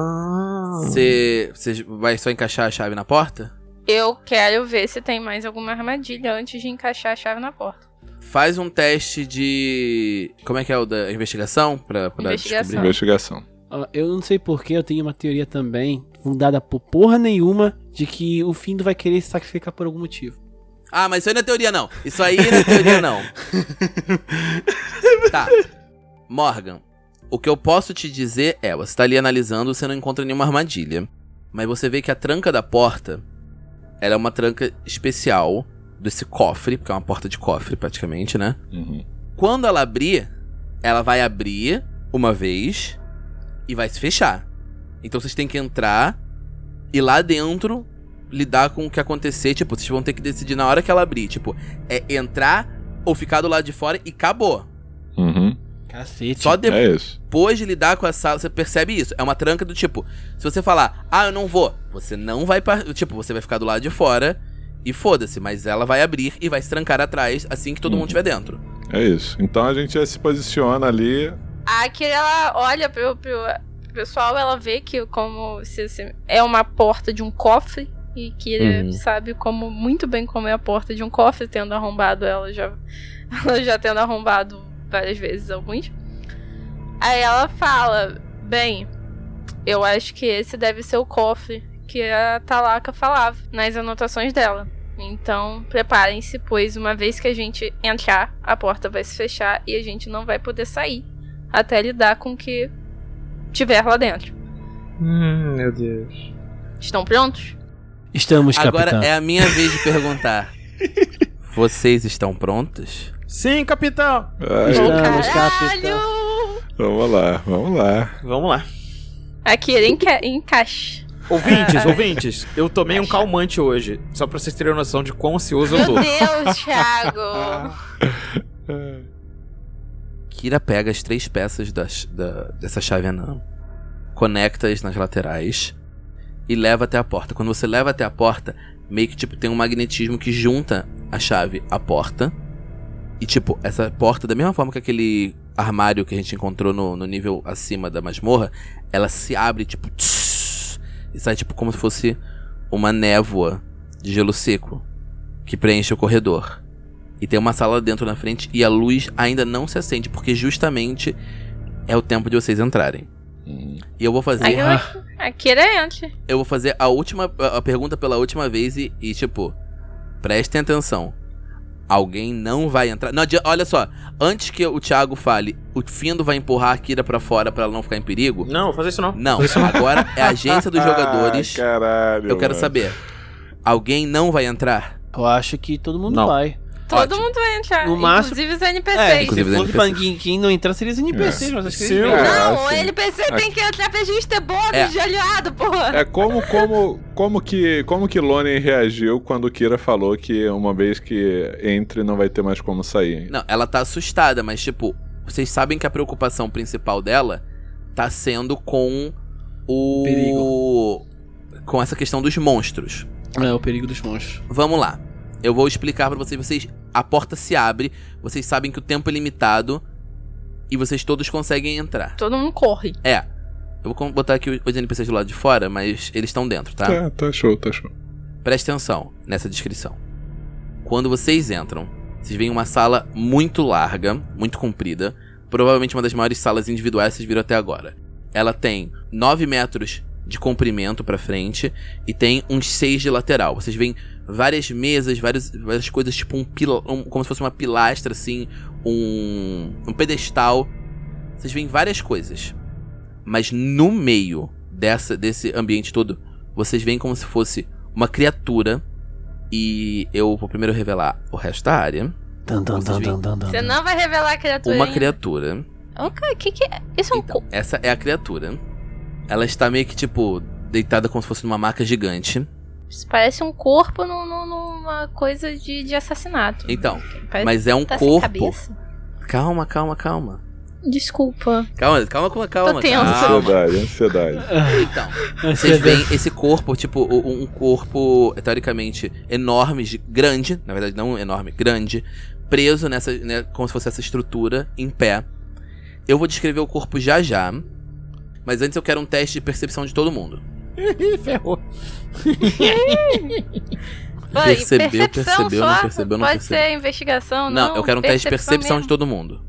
S1: Você você vai só encaixar a chave na porta?
S3: Eu quero ver se tem mais alguma armadilha antes de encaixar a chave na porta.
S1: Faz um teste de. Como é que é o da investigação? Pra, pra
S3: Investigação.
S1: descobrir.
S2: Investigação.
S5: Ah, Eu não sei porquê, eu tenho uma teoria também, fundada por porra nenhuma, de que o Findo vai querer se sacrificar por algum motivo.
S1: Ah, mas isso aí não é teoria, não. Isso aí não é teoria, não. tá. Morgan, o que eu posso te dizer é: você tá ali analisando, você não encontra nenhuma armadilha. Mas você vê que a tranca da porta ela é uma tranca especial desse cofre, porque é uma porta de cofre praticamente, né?
S2: Uhum.
S1: Quando ela abrir, ela vai abrir uma vez e vai se fechar. Então vocês têm que entrar e lá dentro lidar com o que acontecer. Tipo, vocês vão ter que decidir na hora que ela abrir. Tipo, é entrar ou ficar do lado de fora e acabou.
S2: Uhum.
S5: Cacete.
S1: Só depois
S2: É isso.
S1: depois de lidar com essa. Você percebe isso. É uma tranca do tipo. Se você falar, ah, eu não vou, você não vai. par- Tipo, você vai ficar do lado de fora e foda-se. Mas ela vai abrir e vai se trancar atrás assim que todo
S2: Uhum.
S1: mundo estiver dentro.
S2: É isso. Então a gente já se posiciona ali.
S3: A Akira, ela olha pro, pro pro pessoal, ela vê que como se, se- é uma porta de um cofre. E que ele
S1: Uhum.
S3: sabe como muito bem como é a porta de um cofre, tendo arrombado ela já. [laughs] Ela já tendo arrombado várias vezes alguns. Aí ela fala, bem, eu acho que esse deve ser o cofre que a Talaka falava nas anotações dela. Então, preparem-se, pois uma vez que a gente entrar, a porta vai se fechar e a gente não vai poder sair até lidar com o que tiver lá dentro.
S4: Hum, meu Deus.
S3: Estão prontos?
S5: Estamos,
S1: Agora
S5: capitão.
S1: é a minha vez de perguntar. Vocês estão prontos?
S4: Sim, capitão!
S2: Ai,
S5: Estamos, capitão.
S3: Caralho!
S2: vamos lá, vamos lá.
S4: Vamos lá.
S3: Aqui, ele enca encaixa.
S1: [laughs]
S4: Ouvintes, ouvintes, eu tomei um calmante hoje, só pra vocês terem noção de quão ansioso eu
S3: Meu
S1: [laughs]
S4: tô.
S3: Deus, Thiago!
S1: Kira pega as três peças das- da- dessa chave anã, conecta-as nas laterais e leva até a porta. Quando você leva até a porta, meio que tipo tem um magnetismo que junta a chave à porta. E tipo, essa porta, da mesma forma que aquele armário que a gente encontrou no, no nível acima da masmorra, ela se abre tipo tss, e sai tipo como se fosse uma névoa de gelo seco que preenche o corredor. E tem uma sala dentro na frente e a luz ainda não se acende, porque justamente é o tempo de vocês entrarem.
S2: Uhum.
S1: E eu vou
S3: Aí
S1: fazer.
S3: eu, aqui ele entra.
S1: Eu vou fazer a última. a- A pergunta pela última vez e, e, tipo, prestem atenção. Alguém não vai entrar. Não adianta, olha só, antes que o Thiago fale, o Findo vai empurrar a Kira pra fora pra ela não ficar em perigo.
S4: Não, vou fazer isso não.
S1: Não, agora é a agência dos jogadores.
S2: [laughs] Ah, caralho.
S1: Eu quero
S2: mano.
S1: saber. Alguém não vai entrar?
S5: Eu acho que todo mundo
S4: Não.
S5: vai.
S3: Todo
S1: Ótimo.
S3: mundo vai entrar,
S5: No máximo-
S3: inclusive os
S6: É,
S3: NPCs.
S1: inclusive os
S6: se fosse
S1: NPCs.
S6: pra quem, quem não entrar, seria os NPCs,
S2: É.
S6: mas acho que
S4: Sim.
S6: eles vieram.
S3: Não, o
S2: Ah, sim.
S3: NPC tem que entrar pra gente ter bônus
S1: É.
S3: de aliado, porra!
S2: É como, como, como que como que Lone reagiu quando o Kira falou que uma vez que entre não vai ter mais como sair.
S1: Não, ela tá assustada, mas tipo, vocês sabem que a preocupação principal dela tá sendo com o. Com essa questão dos monstros.
S5: É o perigo dos monstros.
S1: Vamos lá. Eu vou explicar pra vocês. Vocês. A porta se abre, vocês sabem que o tempo é limitado e vocês todos conseguem entrar.
S3: Todo mundo corre.
S1: É. Eu vou com- botar aqui os NPCs do lado de fora, mas eles estão dentro, tá?
S2: Tá, tá show, tá show.
S1: Preste atenção nessa descrição. Quando vocês entram, vocês veem uma sala muito larga, muito comprida, provavelmente uma das maiores salas individuais que vocês viram até agora. Ela tem 9 metros de comprimento pra frente e tem uns 6 de lateral. Vocês veem várias mesas, várias, várias coisas, tipo um, pila- um- como se fosse uma pilastra assim, um, um pedestal. Vocês veem várias coisas. Mas no meio dessa, desse ambiente todo, vocês veem como se fosse uma criatura. E eu vou primeiro revelar o resto da área.
S5: Dan, dan, dan, dan, dan, dan.
S3: Você não vai revelar a criatura
S1: Uma
S3: ainda.
S1: criatura.
S3: Ô, cara, que que é? Isso é um
S1: Então,
S3: co...
S1: essa é a criatura. Ela está meio que, tipo, deitada como se fosse numa maca gigante.
S3: Isso parece um corpo num- num- numa coisa de, de assassinato.
S1: Então,
S3: Parece
S1: mas é um
S3: que tá sem
S1: corpo.
S3: cabeça.
S1: Calma, calma, calma.
S7: Desculpa.
S1: Calma, calma, calma, calma.
S3: tensa.
S1: calma.
S2: Ansiedade, ansiedade.
S1: Então, vocês veem esse corpo, tipo, o- um corpo teoricamente enorme, gi- grande, na verdade não enorme, grande, preso nessa, né, como se fosse essa estrutura, em pé. Eu vou descrever o corpo já já, mas antes eu quero um teste de percepção de todo mundo.
S4: Ih, ferrou.
S3: Pô, e
S1: Percebeu,
S3: percepção
S1: percebeu,
S3: só?
S1: não percebeu, não
S3: Pode
S1: percebeu.
S3: ser investigação, não.
S1: Não, eu quero um teste de percepção de
S3: mesmo.
S1: todo mundo.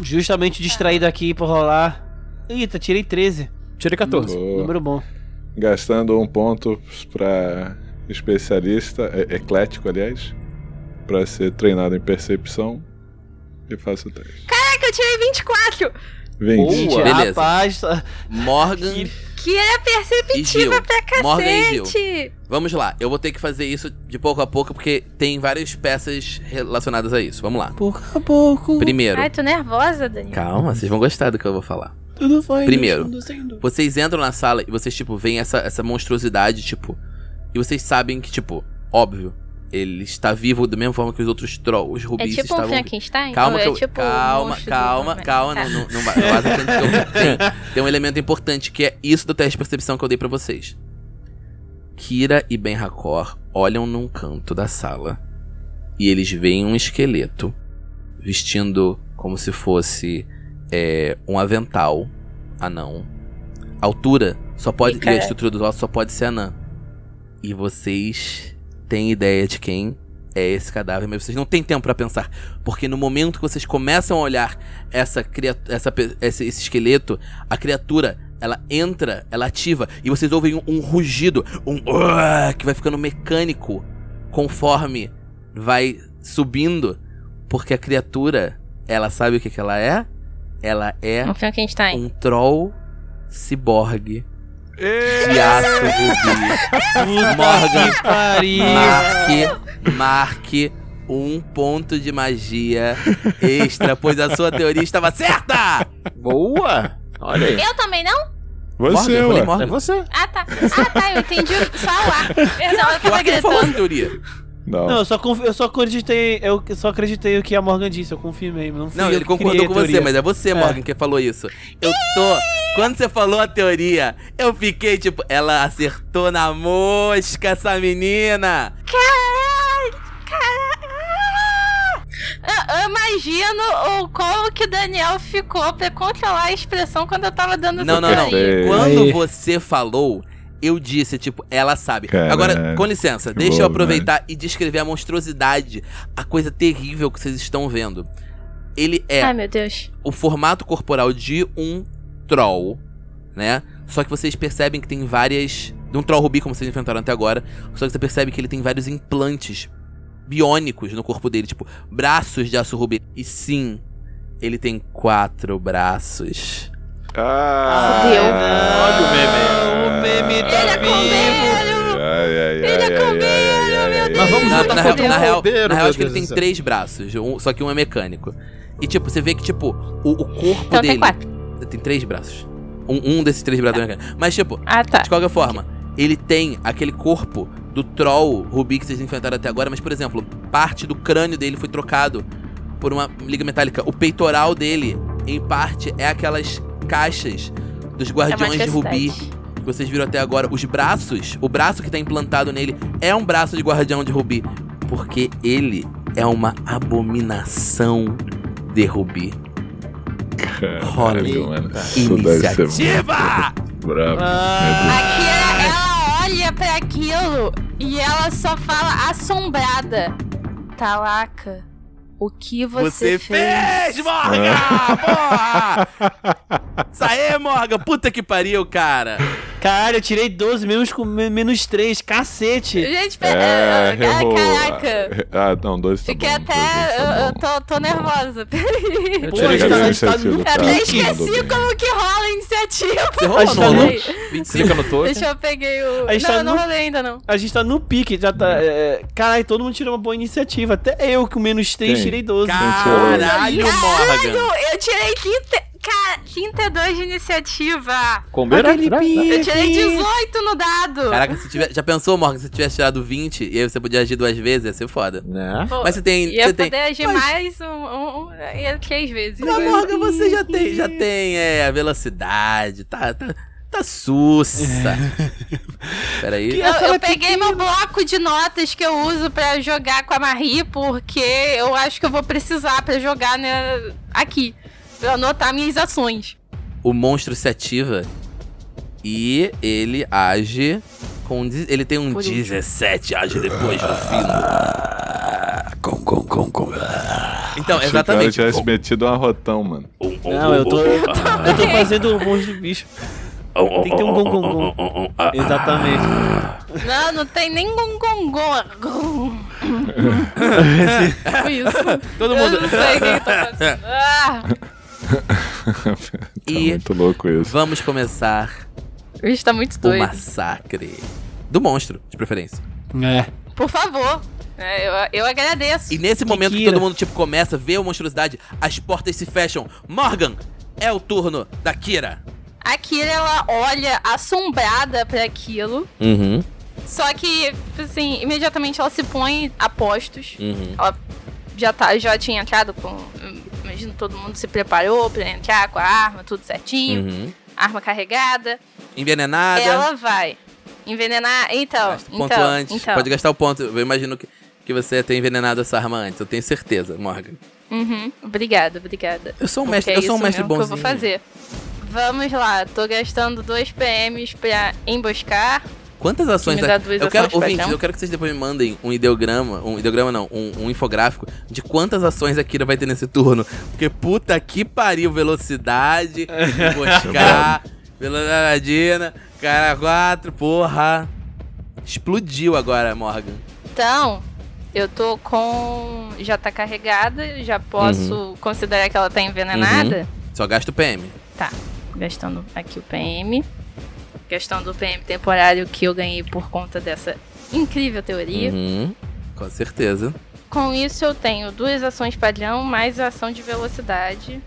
S6: Justamente distraído aqui por rolar. Eita, tirei 13.
S4: Tirei 14.
S2: Boa.
S6: Número bom.
S2: Gastando um ponto pra especialista, é- eclético, aliás, pra ser treinado em percepção. E faço o teste.
S7: É que eu tirei 24!
S2: 20.
S6: Gente,
S1: Beleza.
S6: rapaz. tá-
S1: Morgan
S7: Que
S3: é
S7: era
S1: e Gil.
S7: perceptiva pra
S1: Morgan e Gil.
S7: cacete!
S1: Vamos lá, eu vou ter que fazer isso de pouco a pouco, porque tem várias peças relacionadas a isso. Vamos lá.
S6: Pouco a pouco.
S1: Primeiro.
S7: Ai, tô nervosa, Daniel.
S1: Calma, vocês vão gostar do que eu vou falar.
S6: Tudo vai.
S1: Primeiro.
S6: descendo, descendo.
S1: Vocês entram na sala e vocês, tipo, veem essa, essa monstruosidade, tipo. E vocês sabem que, tipo, óbvio, ele está vivo da mesma forma que os outros trolls,
S3: É
S1: rubis
S3: tipo um
S1: estavam.
S3: Frankenstein?
S1: Calma,
S3: Ou
S1: que
S3: é
S1: eu,
S3: tipo um
S1: calma,
S3: monstro do
S1: calma,
S3: Frankenstein?
S1: calma,
S3: Tá.
S1: não, não, não, vai- não vai tanto que
S3: [laughs]
S1: eu- tem, tem um elemento importante que é isso do teste de percepção que eu dei pra vocês. Kira e Ben Hakor olham num canto da sala e eles veem um esqueleto vestindo como se fosse é, um avental anão. A altura só pode e a estrutura do osso só pode ser anã. E vocês têm ideia de quem é esse cadáver, mas vocês não têm tempo pra pensar. Porque no momento que vocês começam a olhar essa cria- essa pe- esse, esse esqueleto, a criatura, ela entra, ela ativa, e vocês ouvem um, um rugido, um "Uah", que vai ficando mecânico conforme vai subindo, porque a criatura, ela sabe o que, que ela é? Ela é
S3: Um Frankenstein.
S1: um troll ciborgue
S2: Ê,
S1: de aço rubi. Morgan
S6: Que pariu.
S1: Ah. Marque, marque um ponto de magia extra, pois a sua teoria estava certa!
S4: Boa! Olha
S1: Um
S4: aí.
S3: Eu também não?
S1: Morgan,
S2: Você,
S1: eu falei
S2: ué.
S4: É
S1: Morgan.
S4: você.
S3: Ah, tá. Ah, tá, eu entendi só o ar. Perdão,
S1: [laughs]
S3: eu
S1: Eu
S3: tava
S1: acho que ele falou a
S3: gritando.
S1: teoria.
S2: Não.
S6: Não, eu só, conf- eu só acreditei. Eu só acreditei o que a Morgan disse, eu confirmei. Não, fui
S1: Não,
S6: eu
S1: ele
S6: que
S1: concordou
S6: criei a
S1: com você,
S6: teoria.
S1: mas é você, Morgan, que falou isso. Eu tô. Quando você falou a teoria, eu fiquei tipo, ela acertou na mosca essa menina!
S3: Eu, eu imagino o, como que o Daniel ficou pra controlar a expressão quando eu tava dando
S1: Não,
S3: essa
S1: não, não.
S3: teoria.
S2: Sei.
S1: Quando
S6: Aí.
S1: você falou, eu disse, tipo, ela sabe.
S2: Caraca.
S1: Agora, com licença, deixa eu
S2: bom,
S1: aproveitar e descrever a monstruosidade, a coisa terrível que vocês estão vendo. Ele é
S3: Ai, meu Deus.
S1: o formato corporal de um troll, né? Só que vocês percebem que tem várias. De um troll rubi, como vocês enfrentaram até agora. Só que você percebe que ele tem vários implantes biônicos no corpo dele, tipo, braços de aço rubi. E sim, ele tem quatro braços.
S2: Ah,
S3: Fudeu.
S4: Olha o meme.
S6: O
S1: Ah.
S6: meme tá
S3: Ele é comer!
S2: Ele é comer,
S4: Mas vamos
S1: Na,
S4: juntar
S1: na
S4: com o
S1: real, na real-
S4: roubeiro,
S1: na real,
S4: meu
S1: acho que ele
S4: Deus
S1: tem
S4: do céu.
S1: três braços, um- só que um é mecânico. E tipo, você vê que, tipo, o, o corpo
S3: Então
S1: dele.
S3: tem quatro. Tá.
S1: Tem três braços. Um, um desses três braços é mecânico. Mas, tipo,
S3: Ah, tá.
S1: de qualquer forma, ele tem aquele corpo do troll Rubi que vocês enfrentaram até agora, mas, por exemplo, parte do crânio dele foi trocado por uma liga metálica. O peitoral dele, em parte, é aquelas caixas dos
S3: É
S2: É
S1: guardiões É de Rubi que vocês viram até agora, os braços, o braço que tá implantado nele é um braço de guardião de Rubi, porque ele é uma abominação de Rubi. Role. Iniciativa!
S2: Bravo.
S3: Ah,
S6: Ah.
S3: Aqui ela, ela olha pra aquilo e ela só fala assombrada. Talaca, o que você,
S4: é
S3: fez?
S1: Morgan! Porra! Isso aí, Morgan! Puta que pariu, cara!
S6: Caralho, eu tirei 12 menos com men- menos 3, cacete.
S3: Gente, pe-
S2: É,
S3: ah,
S2: errou.
S3: caraca.
S2: Ah, não, dois tá
S3: Fiquei
S2: bom,
S3: até.
S2: dois tá
S3: eu eu
S2: bom. Tá
S3: tô, tô nervosa. Peraí.
S6: Pô, a gente
S2: Cadê a
S6: tá- a gente tá
S2: iniciativa?
S6: no-
S2: Tá,
S3: [laughs] Até
S2: mandou
S3: esqueci
S2: bem.
S3: como que rola a iniciativa.
S1: Você rolou ou
S6: Acho que tá
S1: não rolou?
S3: Peraí,
S4: Clica no token.
S3: Deixa eu peguei o.
S6: A gente tá
S3: Não, eu não
S6: no-
S3: rolei ainda não.
S6: A gente tá no pique, já
S2: Uhum.
S6: tá. é, é, caralho, todo mundo tirou uma boa iniciativa. Até eu com menos 3
S2: Quem?
S6: tirei 12.
S1: Caralho, Morgan!
S3: Eu tirei quinte- Cara, 32 de iniciativa.
S4: Combina? né?
S3: Eu tirei 18 no dado.
S1: Caraca, se tiver, já pensou, Morgan, se tivesse tirado 20 e aí você podia agir duas vezes, ia ser foda.
S4: Né?
S3: Pô,
S1: Mas você tem.
S3: Ia
S1: Você
S3: poder
S1: tem.
S3: agir mais um, um, um- ia três vezes.
S1: Mas, Morgan, você já tem, já tem é, a velocidade, tá, tá, tá sussa. Peraí.
S6: Que- E a
S3: Eu,
S6: sala
S3: eu
S6: é
S3: peguei meu bloco de notas que eu uso pra jogar com a Marie, porque eu acho que eu vou precisar pra jogar né, aqui. Pra eu anotar minhas ações.
S1: o monstro se ativa e ele age com. de- Ele tem um 17, age depois no fino. Então,
S2: Se o cara
S1: exatamente.
S2: tivesse metido um arrotão, mano.
S6: Não, eu tô. Eu tô fazendo o monte de bicho. Tem que ter um gong gong gong.
S2: Ah,
S6: Exatamente.
S3: Não, não tem nem gongongô. Foi isso.
S1: Todo
S3: Eu não
S1: mundo.
S3: sei o que que tá fazendo. Ah,
S2: tá
S1: E-
S2: muito louco isso.
S1: Vamos começar
S3: o bicho tá muito
S1: o
S3: doido.
S1: massacre. Do monstro, de preferência.
S8: É.
S3: Por favor. É, eu, eu agradeço.
S1: E nesse momento que
S6: Kikira.
S1: todo mundo, tipo, começa a ver a monstruosidade, as portas se fecham. Morgan, é o turno da Kira.
S3: A Kira, ela olha assombrada pra aquilo.
S1: Uhum,
S3: Só que, assim, imediatamente ela se põe a postos.
S1: uhum.
S3: Ela já, tá, já tinha entrado com. Imagino todo mundo se preparou pra entrar com a arma, tudo certinho,
S1: uhum.
S3: arma carregada.
S1: Envenenada.
S3: Ela vai envenenar. Então,
S1: Gasta o ponto
S3: então,
S1: antes.
S3: então.
S1: Pode gastar o ponto. Eu imagino que, que você tenha envenenado essa arma antes. Eu tenho certeza, Morgan.
S3: Uhum. Obrigada, obrigada.
S1: Eu sou um
S3: Porque
S1: mestre,
S3: é
S1: eu sou um
S3: isso
S1: mestre
S3: mesmo que
S1: bonzinho.
S3: eu vou fazer. Vamos lá, tô gastando dois PMs pra emboscar.
S1: Quantas ações é?
S3: Me dá duas
S1: Eu quero,
S3: ações pra
S1: ouvintes,
S3: cada um.
S1: eu quero que vocês depois me mandem um ideograma, um ideograma não, um, um infográfico de quantas ações a Kira vai ter nesse turno. Porque puta que pariu, velocidade, emboscar, velocidade, cara 4, porra. Explodiu agora, Morgan.
S3: Então, eu tô com. Já tá carregada, já posso considerar que ela tá envenenada.
S1: Só gasta o PM.
S3: gastando aqui o PM. Gastando o PM temporário que eu ganhei por conta dessa incrível teoria.
S1: Uhum, com certeza.
S3: Com isso, eu tenho duas ações padrão, mais a ação de velocidade,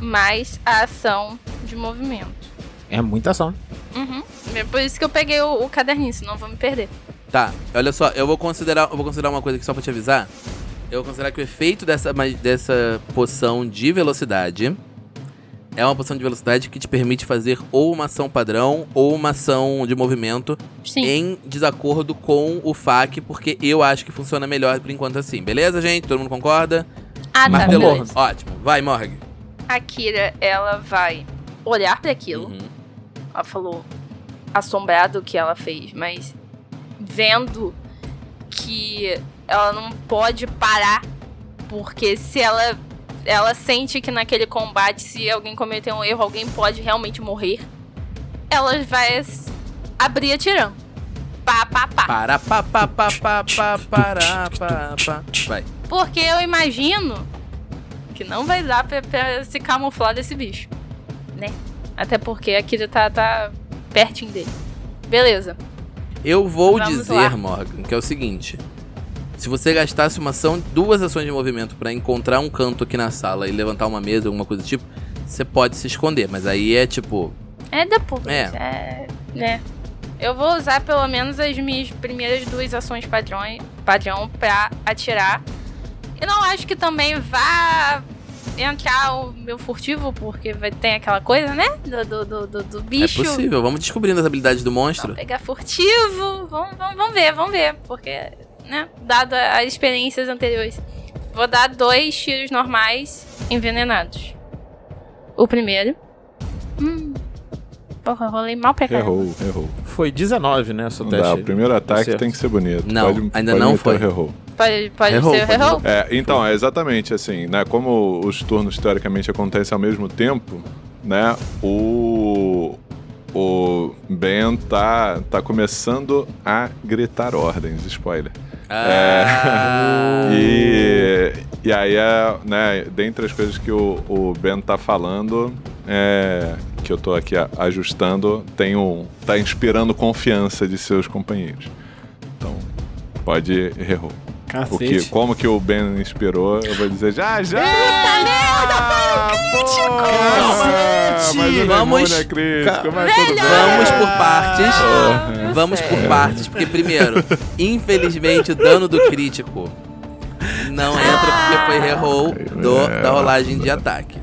S3: mais a ação de movimento.
S4: É muita ação.
S3: Uhum. É por isso que eu peguei o, o caderninho, senão eu vou me perder.
S1: Tá, olha só, eu vou considerar, eu vou considerar uma coisa aqui só pra te avisar. Eu vou considerar que o efeito dessa, ma- dessa poção de velocidade é uma poção de velocidade que te permite fazer ou uma ação padrão ou uma ação de movimento
S3: Sim.
S1: em desacordo com o FAQ, porque eu acho que funciona melhor por enquanto assim. Beleza, gente? Todo mundo concorda?
S3: ah, tá.
S1: Martelou.
S3: beleza.
S1: Ótimo. Vai, Morg.
S3: A Kira, ela vai olhar para aquilo.
S1: Uhum.
S3: Ela falou assombrado o que ela fez, mas vendo que ela não pode parar, porque se ela ela sente que naquele combate se alguém cometer um erro, alguém pode realmente morrer. Ela vai s- abrir atirando. Pá, pá, pá.
S1: Para, pa, pa, pa, pa, pa, para, pa, pa. Vai.
S3: Porque eu imagino que não vai dar pra, pra se camuflar desse bicho, né? Até porque a Kira tá, tá pertinho dele. Beleza.
S1: Eu vou
S3: Vamos
S1: dizer,
S3: lá.
S1: Morgan, que é o seguinte. Se você gastasse uma ação, duas ações de movimento pra encontrar um canto aqui na sala e levantar uma mesa, alguma coisa do tipo, você pode se esconder, mas aí é tipo,
S3: É depois.
S1: É.
S3: É. né? Eu vou usar pelo menos as minhas primeiras duas ações padrão, padrão pra atirar. E não acho que também vá entrar o meu furtivo, porque vai ter aquela coisa, né? Do, do, do, do- do bicho.
S1: é possível. Vamos descobrindo as habilidades do
S3: Vamos
S1: monstro.
S3: pegar furtivo. Vamos, vamos, vamos ver, vamos ver. Porque, né? Dado a- as experiências anteriores. Vou dar dois tiros normais envenenados. O primeiro. Hum. Porra, rolei mal pra caramba.
S2: Errou, errou.
S4: Foi 19, né? Seu
S2: Não dá.
S4: teste.
S2: O primeiro ataque
S4: Acerto.
S2: tem que ser bonito.
S1: Não,
S2: Pode-
S1: ainda
S2: pode
S1: não
S2: meter
S1: foi.
S2: o Errou.
S3: Pode, pode
S1: Errou,
S3: ser o
S1: pode
S3: errou?
S2: É, então, é exatamente assim, né? Como os turnos teoricamente acontecem ao mesmo tempo, né? O. O Ben tá, tá começando a gritar ordens, spoiler.
S3: É.
S2: [laughs]
S1: Ah,
S2: E, e aí, é, né, dentre as coisas que o, o Ben tá falando, é, que eu tô aqui a- ajustando, tem um. tá inspirando confiança de seus companheiros. Então, pode errou. O que,
S9: Cacete.
S2: como que o Ben inspirou, eu vou dizer já, já! Puta é
S4: Cacete!
S2: Mas
S1: Vamos-
S2: o vamos... é crítico, mas tudo bem.
S1: Vamos por partes.
S2: Porra.
S1: Vamos por partes, porque primeiro, infelizmente o dano do crítico não entra porque foi reroll do- da rolagem de ataque.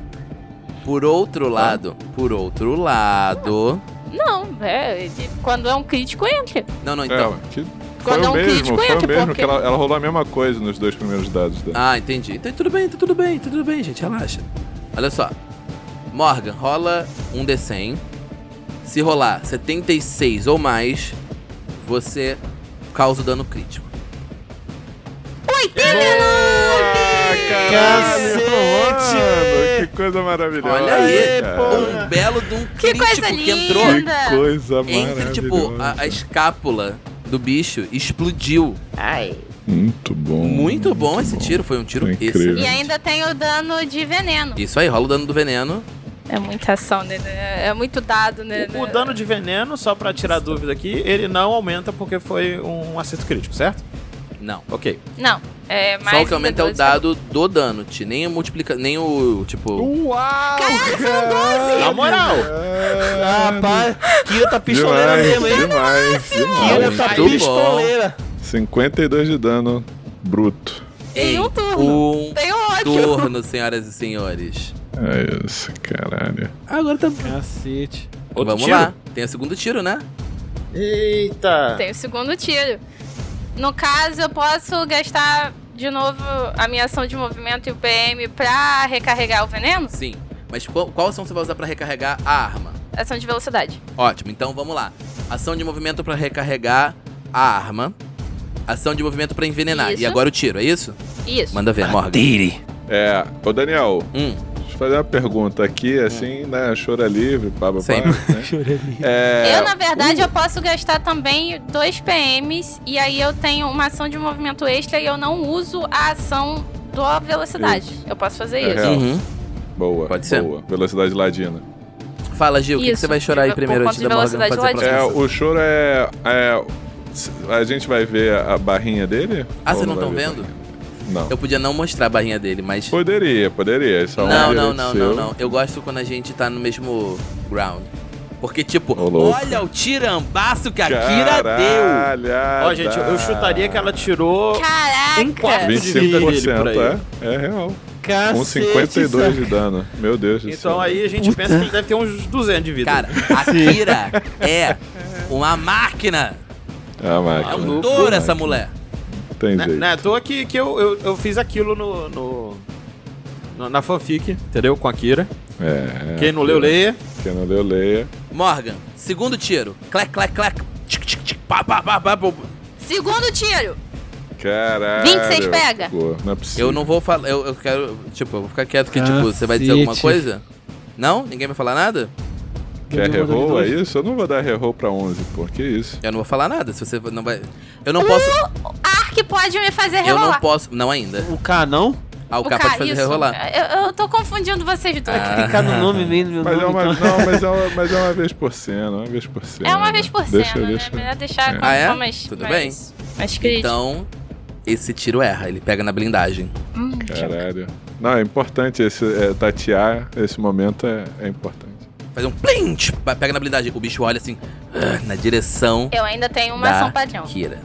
S1: Por outro lado, por outro lado.
S3: Não, é, ele- quando é um crítico, entra.
S1: Não, não,
S2: É,
S1: então.
S2: ué, que-
S3: Quando
S2: foi
S3: é um
S2: o mesmo,
S3: crítico,
S2: foi
S3: entra,
S2: o mesmo,
S3: porque-
S2: que ela, ela rolou a mesma coisa nos dois primeiros dados dela.
S1: Ah, entendi. Então tudo bem, tá tudo bem, tá tudo bem, gente, relaxa. Olha só. Morgan, rola um D100. Se rolar 76 ou mais, você causa o dano crítico. Ah,
S2: Caralho, mano, que coisa maravilhosa.
S1: Olha aí,
S2: cara.
S1: um belo de um
S3: Que
S1: crítico
S3: coisa
S1: que
S3: linda.
S1: entrou.
S2: Que coisa maravilhosa.
S1: entre, tipo, a, a escápula do bicho explodiu.
S3: Ai.
S2: Muito bom.
S1: Muito bom esse tiro, foi um tiro
S2: Foi Hum. incrível.
S1: excelente.
S3: E ainda tem o dano de veneno.
S1: Isso aí, rola o dano do veneno.
S3: É muita ação, né? né? É muito dado, né?
S4: O, o dano de veneno, só pra tirar dúvida aqui, ele não aumenta porque foi um acerto crítico, certo?
S1: Não.
S4: Ok.
S3: Não, é mais
S1: Só o
S3: um
S1: que aumenta é o
S3: D12.
S1: dado do dano, Ti. Nem o multiplica. Nem o. Tipo.
S2: Um Uau!
S1: um
S4: Na moral!
S6: Ah, pá, Kira tá pistoleira
S2: Demais,
S6: mesmo, hein?
S2: demais,
S6: Kira
S2: demais.
S6: tá
S1: Muito bom.
S6: pistoleira.
S2: 52 de dano bruto.
S3: Em um turno.
S1: Um
S3: Tem ódio.
S1: turno, senhoras e senhores.
S2: É isso, caralho.
S1: Agora tá.
S9: Cacete.
S4: Outro
S1: Vamos
S4: tiro?
S1: lá. Tem o segundo tiro, né?
S4: Eita!
S3: Tem o segundo tiro. No caso, eu posso gastar de novo a minha ação de movimento e o PM pra recarregar o veneno?
S1: Sim. Mas qual, qual ação você vai usar pra recarregar a arma?
S3: Ação de velocidade.
S1: Ótimo, então vamos lá. Ação de movimento pra recarregar a arma. Ação de movimento pra envenenar.
S3: Isso.
S1: E agora o tiro, é isso?
S3: Isso.
S1: Manda ver, Morgan.
S2: É, ô Daniel,
S1: Hum,
S2: deixa eu fazer uma pergunta aqui, assim, né? Chora livre, bababá,
S1: É. Sempre. [laughs]
S2: né? É,
S3: Eu, na verdade,
S1: uh.
S3: eu posso gastar também dois PMs e aí eu tenho uma ação de movimento extra e eu não uso a ação da velocidade. Eu posso fazer
S2: É
S3: isso.
S2: real.
S1: uhum.
S2: boa,
S1: Pode ser.
S2: boa. Velocidade ladina.
S1: Fala, Gil, o que, que
S3: Isso.
S1: você vai chorar aí
S3: Por
S1: primeiro
S3: conta
S1: antes
S3: de
S1: da Morgan fazer
S3: velocidade
S1: a próxima?
S2: É,
S3: ladina.
S2: o choro é, é. A gente vai ver a barrinha dele?
S1: Ah, vocês
S2: Ou
S1: não estão
S2: vai ver?
S1: vendo?
S2: Não.
S1: Eu podia não mostrar a barrinha dele, mas.
S2: Poderia, poderia. Isso é um
S1: Não, não, não,
S2: direito
S1: não,
S2: seu.
S1: não. Eu gosto quando a gente tá no mesmo ground. Porque, tipo,
S2: Ô, louco.
S1: olha o tirambaço que a Kira deu.
S2: Caralhada.
S4: Ó, gente, eu chutaria que ela tirou um
S3: Caraca!
S4: quarto de vida dele por aí.
S2: 25%, é, é real.
S6: Cacete.
S2: Com 52 de dano. Meu Deus do céu.
S4: Então aí a gente pensa que ele deve ter uns 200 de vida.
S1: Cara, a
S2: [laughs]
S1: Kira é uma máquina.
S2: É a
S1: É
S2: máquina.
S1: um touro essa mulher.
S2: Tem
S4: Né-
S2: jeito.
S4: Não é à toa que, que eu, eu, eu fiz aquilo no, no- no- na fanfic, entendeu? Com a Kira.
S2: É, é.
S4: Quem não leu, leia.
S2: Quem não leu, leia.
S1: Morgan, segundo tiro. Clac, clac, clac. Tic, tic, tic, pá, pá, pá, pá, pá.
S3: Segundo tiro!
S2: Caralho.
S3: 26 pega.
S2: Pô, não é possível.
S1: Eu não vou falar. Eu, eu quero. Tipo, eu vou ficar quieto que, tipo, você vai dizer alguma
S9: Cacete.
S1: coisa? Não? Ninguém vai falar nada?
S2: Quer
S9: Eu vou
S2: reroll?
S9: mandar
S2: É
S9: ele dois.
S2: isso? Eu não vou dar reroll pra 11, pô. Que isso?
S1: Eu não vou falar nada. Se você não vai. Eu não posso.
S3: Ark pode me fazer
S1: Eu não
S3: rerolar.
S1: posso. Não ainda.
S6: O K não?
S1: Ah, o
S3: O
S1: K
S3: cara,
S1: pode fazer
S3: isso.
S1: rerolar.
S3: Eu, eu tô confundindo vocês dois.
S1: Ah.
S6: Tem K no nome mesmo, meu
S2: Mas é,
S6: nome.
S2: uma,
S6: então.
S2: não, mas, é uma, mas é uma vez por cena, uma vez por cena.
S3: É uma vez por
S2: Deixa-
S3: cena, né?
S2: deixa-
S3: Melhor deixar
S1: Ah, é?
S3: só mais,
S1: Tudo
S3: mais, mais crítico.
S1: Então, esse tiro erra. Ele pega na blindagem.
S3: Hum,
S2: Caralho. Não, é importante esse, é, tatear esse momento, é, é importante.
S1: Faz um plint. pa- Pega na blindagem. O bicho olha assim. ah, Na direção
S3: eu ainda tenho É uma
S1: da
S3: ação padrão.
S1: Kira.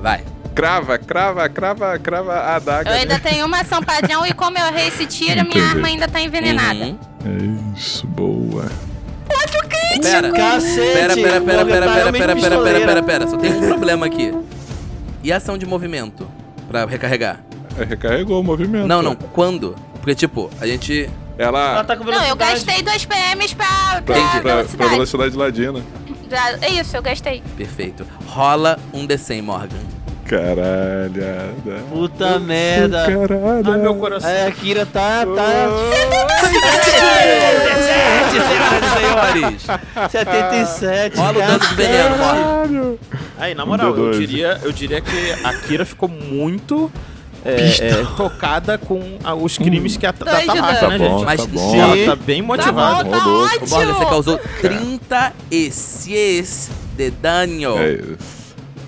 S1: Vai.
S2: Crava, crava, crava, crava a adaga. né?
S3: Eu ainda tenho uma ação padrão e como eu errei esse tiro, minha
S2: Entendi.
S3: arma ainda tá envenenada.
S1: Uhum.
S2: É isso, boa.
S1: Pera,
S6: Cacete,
S1: pera, pera, pera,
S6: Morgan
S1: pera,
S6: tá
S1: pera,
S6: realmente
S1: pera, pera, pera,
S6: pistoleira.
S1: pera, pera. Só tem um problema aqui. E a ação de movimento pra recarregar?
S2: É, Recarregou o movimento.
S1: Não, não. Quando? Porque, tipo, a gente.
S2: Ela.
S6: Ela tá com
S3: Não, eu
S6: velocidade.
S3: gastei dois PMs pra, pra
S2: Pra, pra, pra
S3: velocidade.
S2: velocidade ladina.
S3: Pra- É isso, eu gastei.
S1: Perfeito. Rola um D100, Morgan.
S2: Caralho. é, né?
S6: Puta merda.
S2: Caralho.
S4: Ai, meu coração.
S6: É, a Kira tá, tá
S1: senhoras e senhores!
S6: 77.
S1: Rola o dano do veneno, Morgan.
S2: Caralho.
S4: Aí, na moral, eu
S2: dois.
S4: diria, eu diria que a Kira ficou muito é, é, tocada com a- os crimes que a, da
S3: Dois de
S4: Tamaka,
S3: dano.
S2: Tá
S4: né,
S2: bom,
S4: gente?
S1: Mas
S2: tá bom.
S1: sim.
S4: Ela tá bem motivada.
S3: Tá
S2: Rodou.
S1: Ô, Borja, você
S3: ótimo!
S1: causou 36 de dano.
S2: É isso.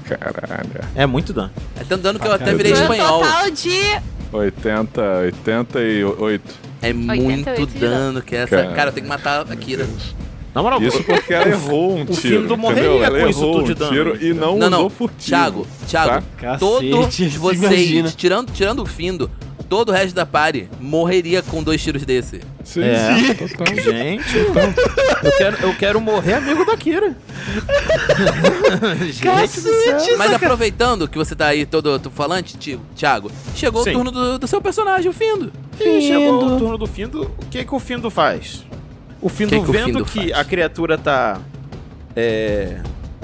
S2: Caralho.
S4: É muito dano.
S1: É tanto dano que
S2: Ah,
S1: eu até virei
S7: Foi um
S1: espanhol.
S7: total de
S1: [laughs]
S2: 80, 88.
S1: É muito
S7: 88
S1: dano que essa.
S2: Cara.
S1: Cara, eu tenho que matar né? a Kira.
S4: Na moral,
S2: Isso porque ela errou um
S4: filho
S2: tiro.
S4: do
S2: entendeu?
S4: morreria
S2: ela
S4: com
S2: errou
S4: isso tudo
S2: um
S4: de dano.
S2: tiro e não,
S1: Não,
S2: usou
S1: não.
S2: furtivo. Tá?
S1: Thiago, Thiago,
S5: Cacete,
S1: todos [laughs]
S5: imagina.
S1: vocês, tirando, tirando o Findo, todo o resto da party morreria com dois tiros desse.
S2: Sim,
S4: É.
S2: sim, total.
S4: Gente, eu quero, eu quero morrer amigo da Kira. Gente do céu.
S1: Mas aproveitando é que você tá aí todo tu falante, Ti- Thiago, chegou
S4: Sim.
S1: o turno do, do seu personagem, o Findo.
S4: E chegou o turno do Findo. O que que o Findo faz? O Findo
S1: Que que o
S4: vendo
S1: Findo
S4: que
S1: faz?
S4: a criatura tá... É...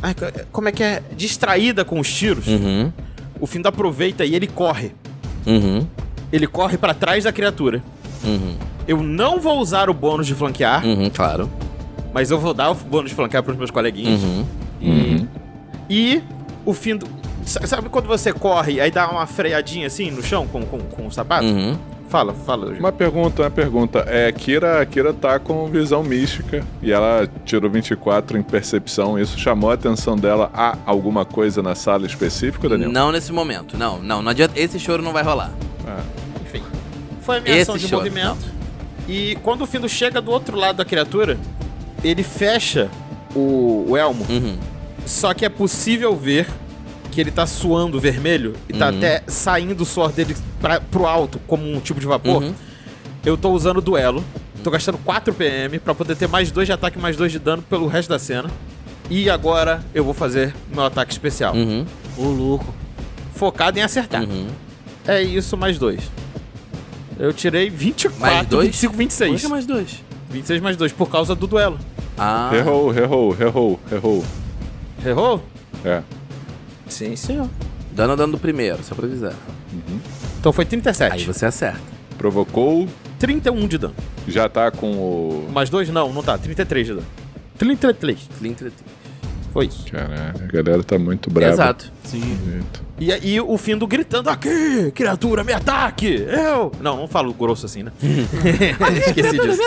S4: ai, co- como é que é? Distraída com os tiros.
S1: Uhum,
S4: O Findo aproveita e ele corre.
S1: uhum,
S4: Ele corre pra trás da criatura.
S1: uhum,
S4: Eu não vou usar o bônus de flanquear,
S1: uhum, claro.
S4: mas eu vou dar o bônus de flanquear pros meus coleguinhas.
S1: Uhum.
S4: E o Findo... sa- Sabe quando você corre, aí dá uma freadinha assim no chão com, com, com o sapato?
S1: Uhum.
S4: Fala, fala. Eugênio.
S2: Uma pergunta, uma pergunta. É, Kira, Kira tá com visão mística e ela tirou 24 em percepção. Isso chamou a atenção dela a alguma coisa na sala específica, Daniel?
S1: Não nesse momento, não, não, não adianta. Esse choro não vai rolar.
S4: Enfim. Foi a minha
S1: Esse
S4: ação de
S1: choro,
S4: movimento. E quando o Findo chega do outro lado da criatura, ele fecha o, o elmo.
S1: Uhum.
S4: Só que é possível ver que ele tá suando vermelho e tá
S1: Uhum.
S4: até saindo o suor dele pra, pro alto, como um tipo de vapor.
S1: Uhum.
S4: Eu tô usando duelo. Tô gastando 4 PM pra poder ter mais 2 de ataque e mais 2 de dano pelo resto da cena. E agora eu vou fazer meu ataque especial.
S1: Uhum.
S5: Ô, louco.
S4: Focado em acertar.
S1: Uhum.
S4: É isso, mais dois. Eu tirei 24,
S1: Mais dois?
S4: 25,
S1: Por
S4: 26.
S1: que mais dois.
S4: 26 mais dois, por causa do duelo.
S1: Ah.
S2: Errou, errou, errou, errou.
S4: Errou?
S2: É.
S4: Sim, senhor.
S1: Dando dano do primeiro, só pra avisar.
S4: Então foi 37.
S1: Aí você acerta.
S2: Provocou,
S4: 31 de dano.
S2: já tá com o.
S4: Mais dois? Não, não tá. 33 de dano. 33.
S1: Clintra-
S4: Foi isso.
S2: Caralho, a galera tá muito brava.
S1: Exato.
S5: Sim.
S4: E aí o Findo gritando, aqui, criatura, me ataque! Eu! Não, não falo
S1: [laughs]
S4: grosso assim, né? Esqueci disso.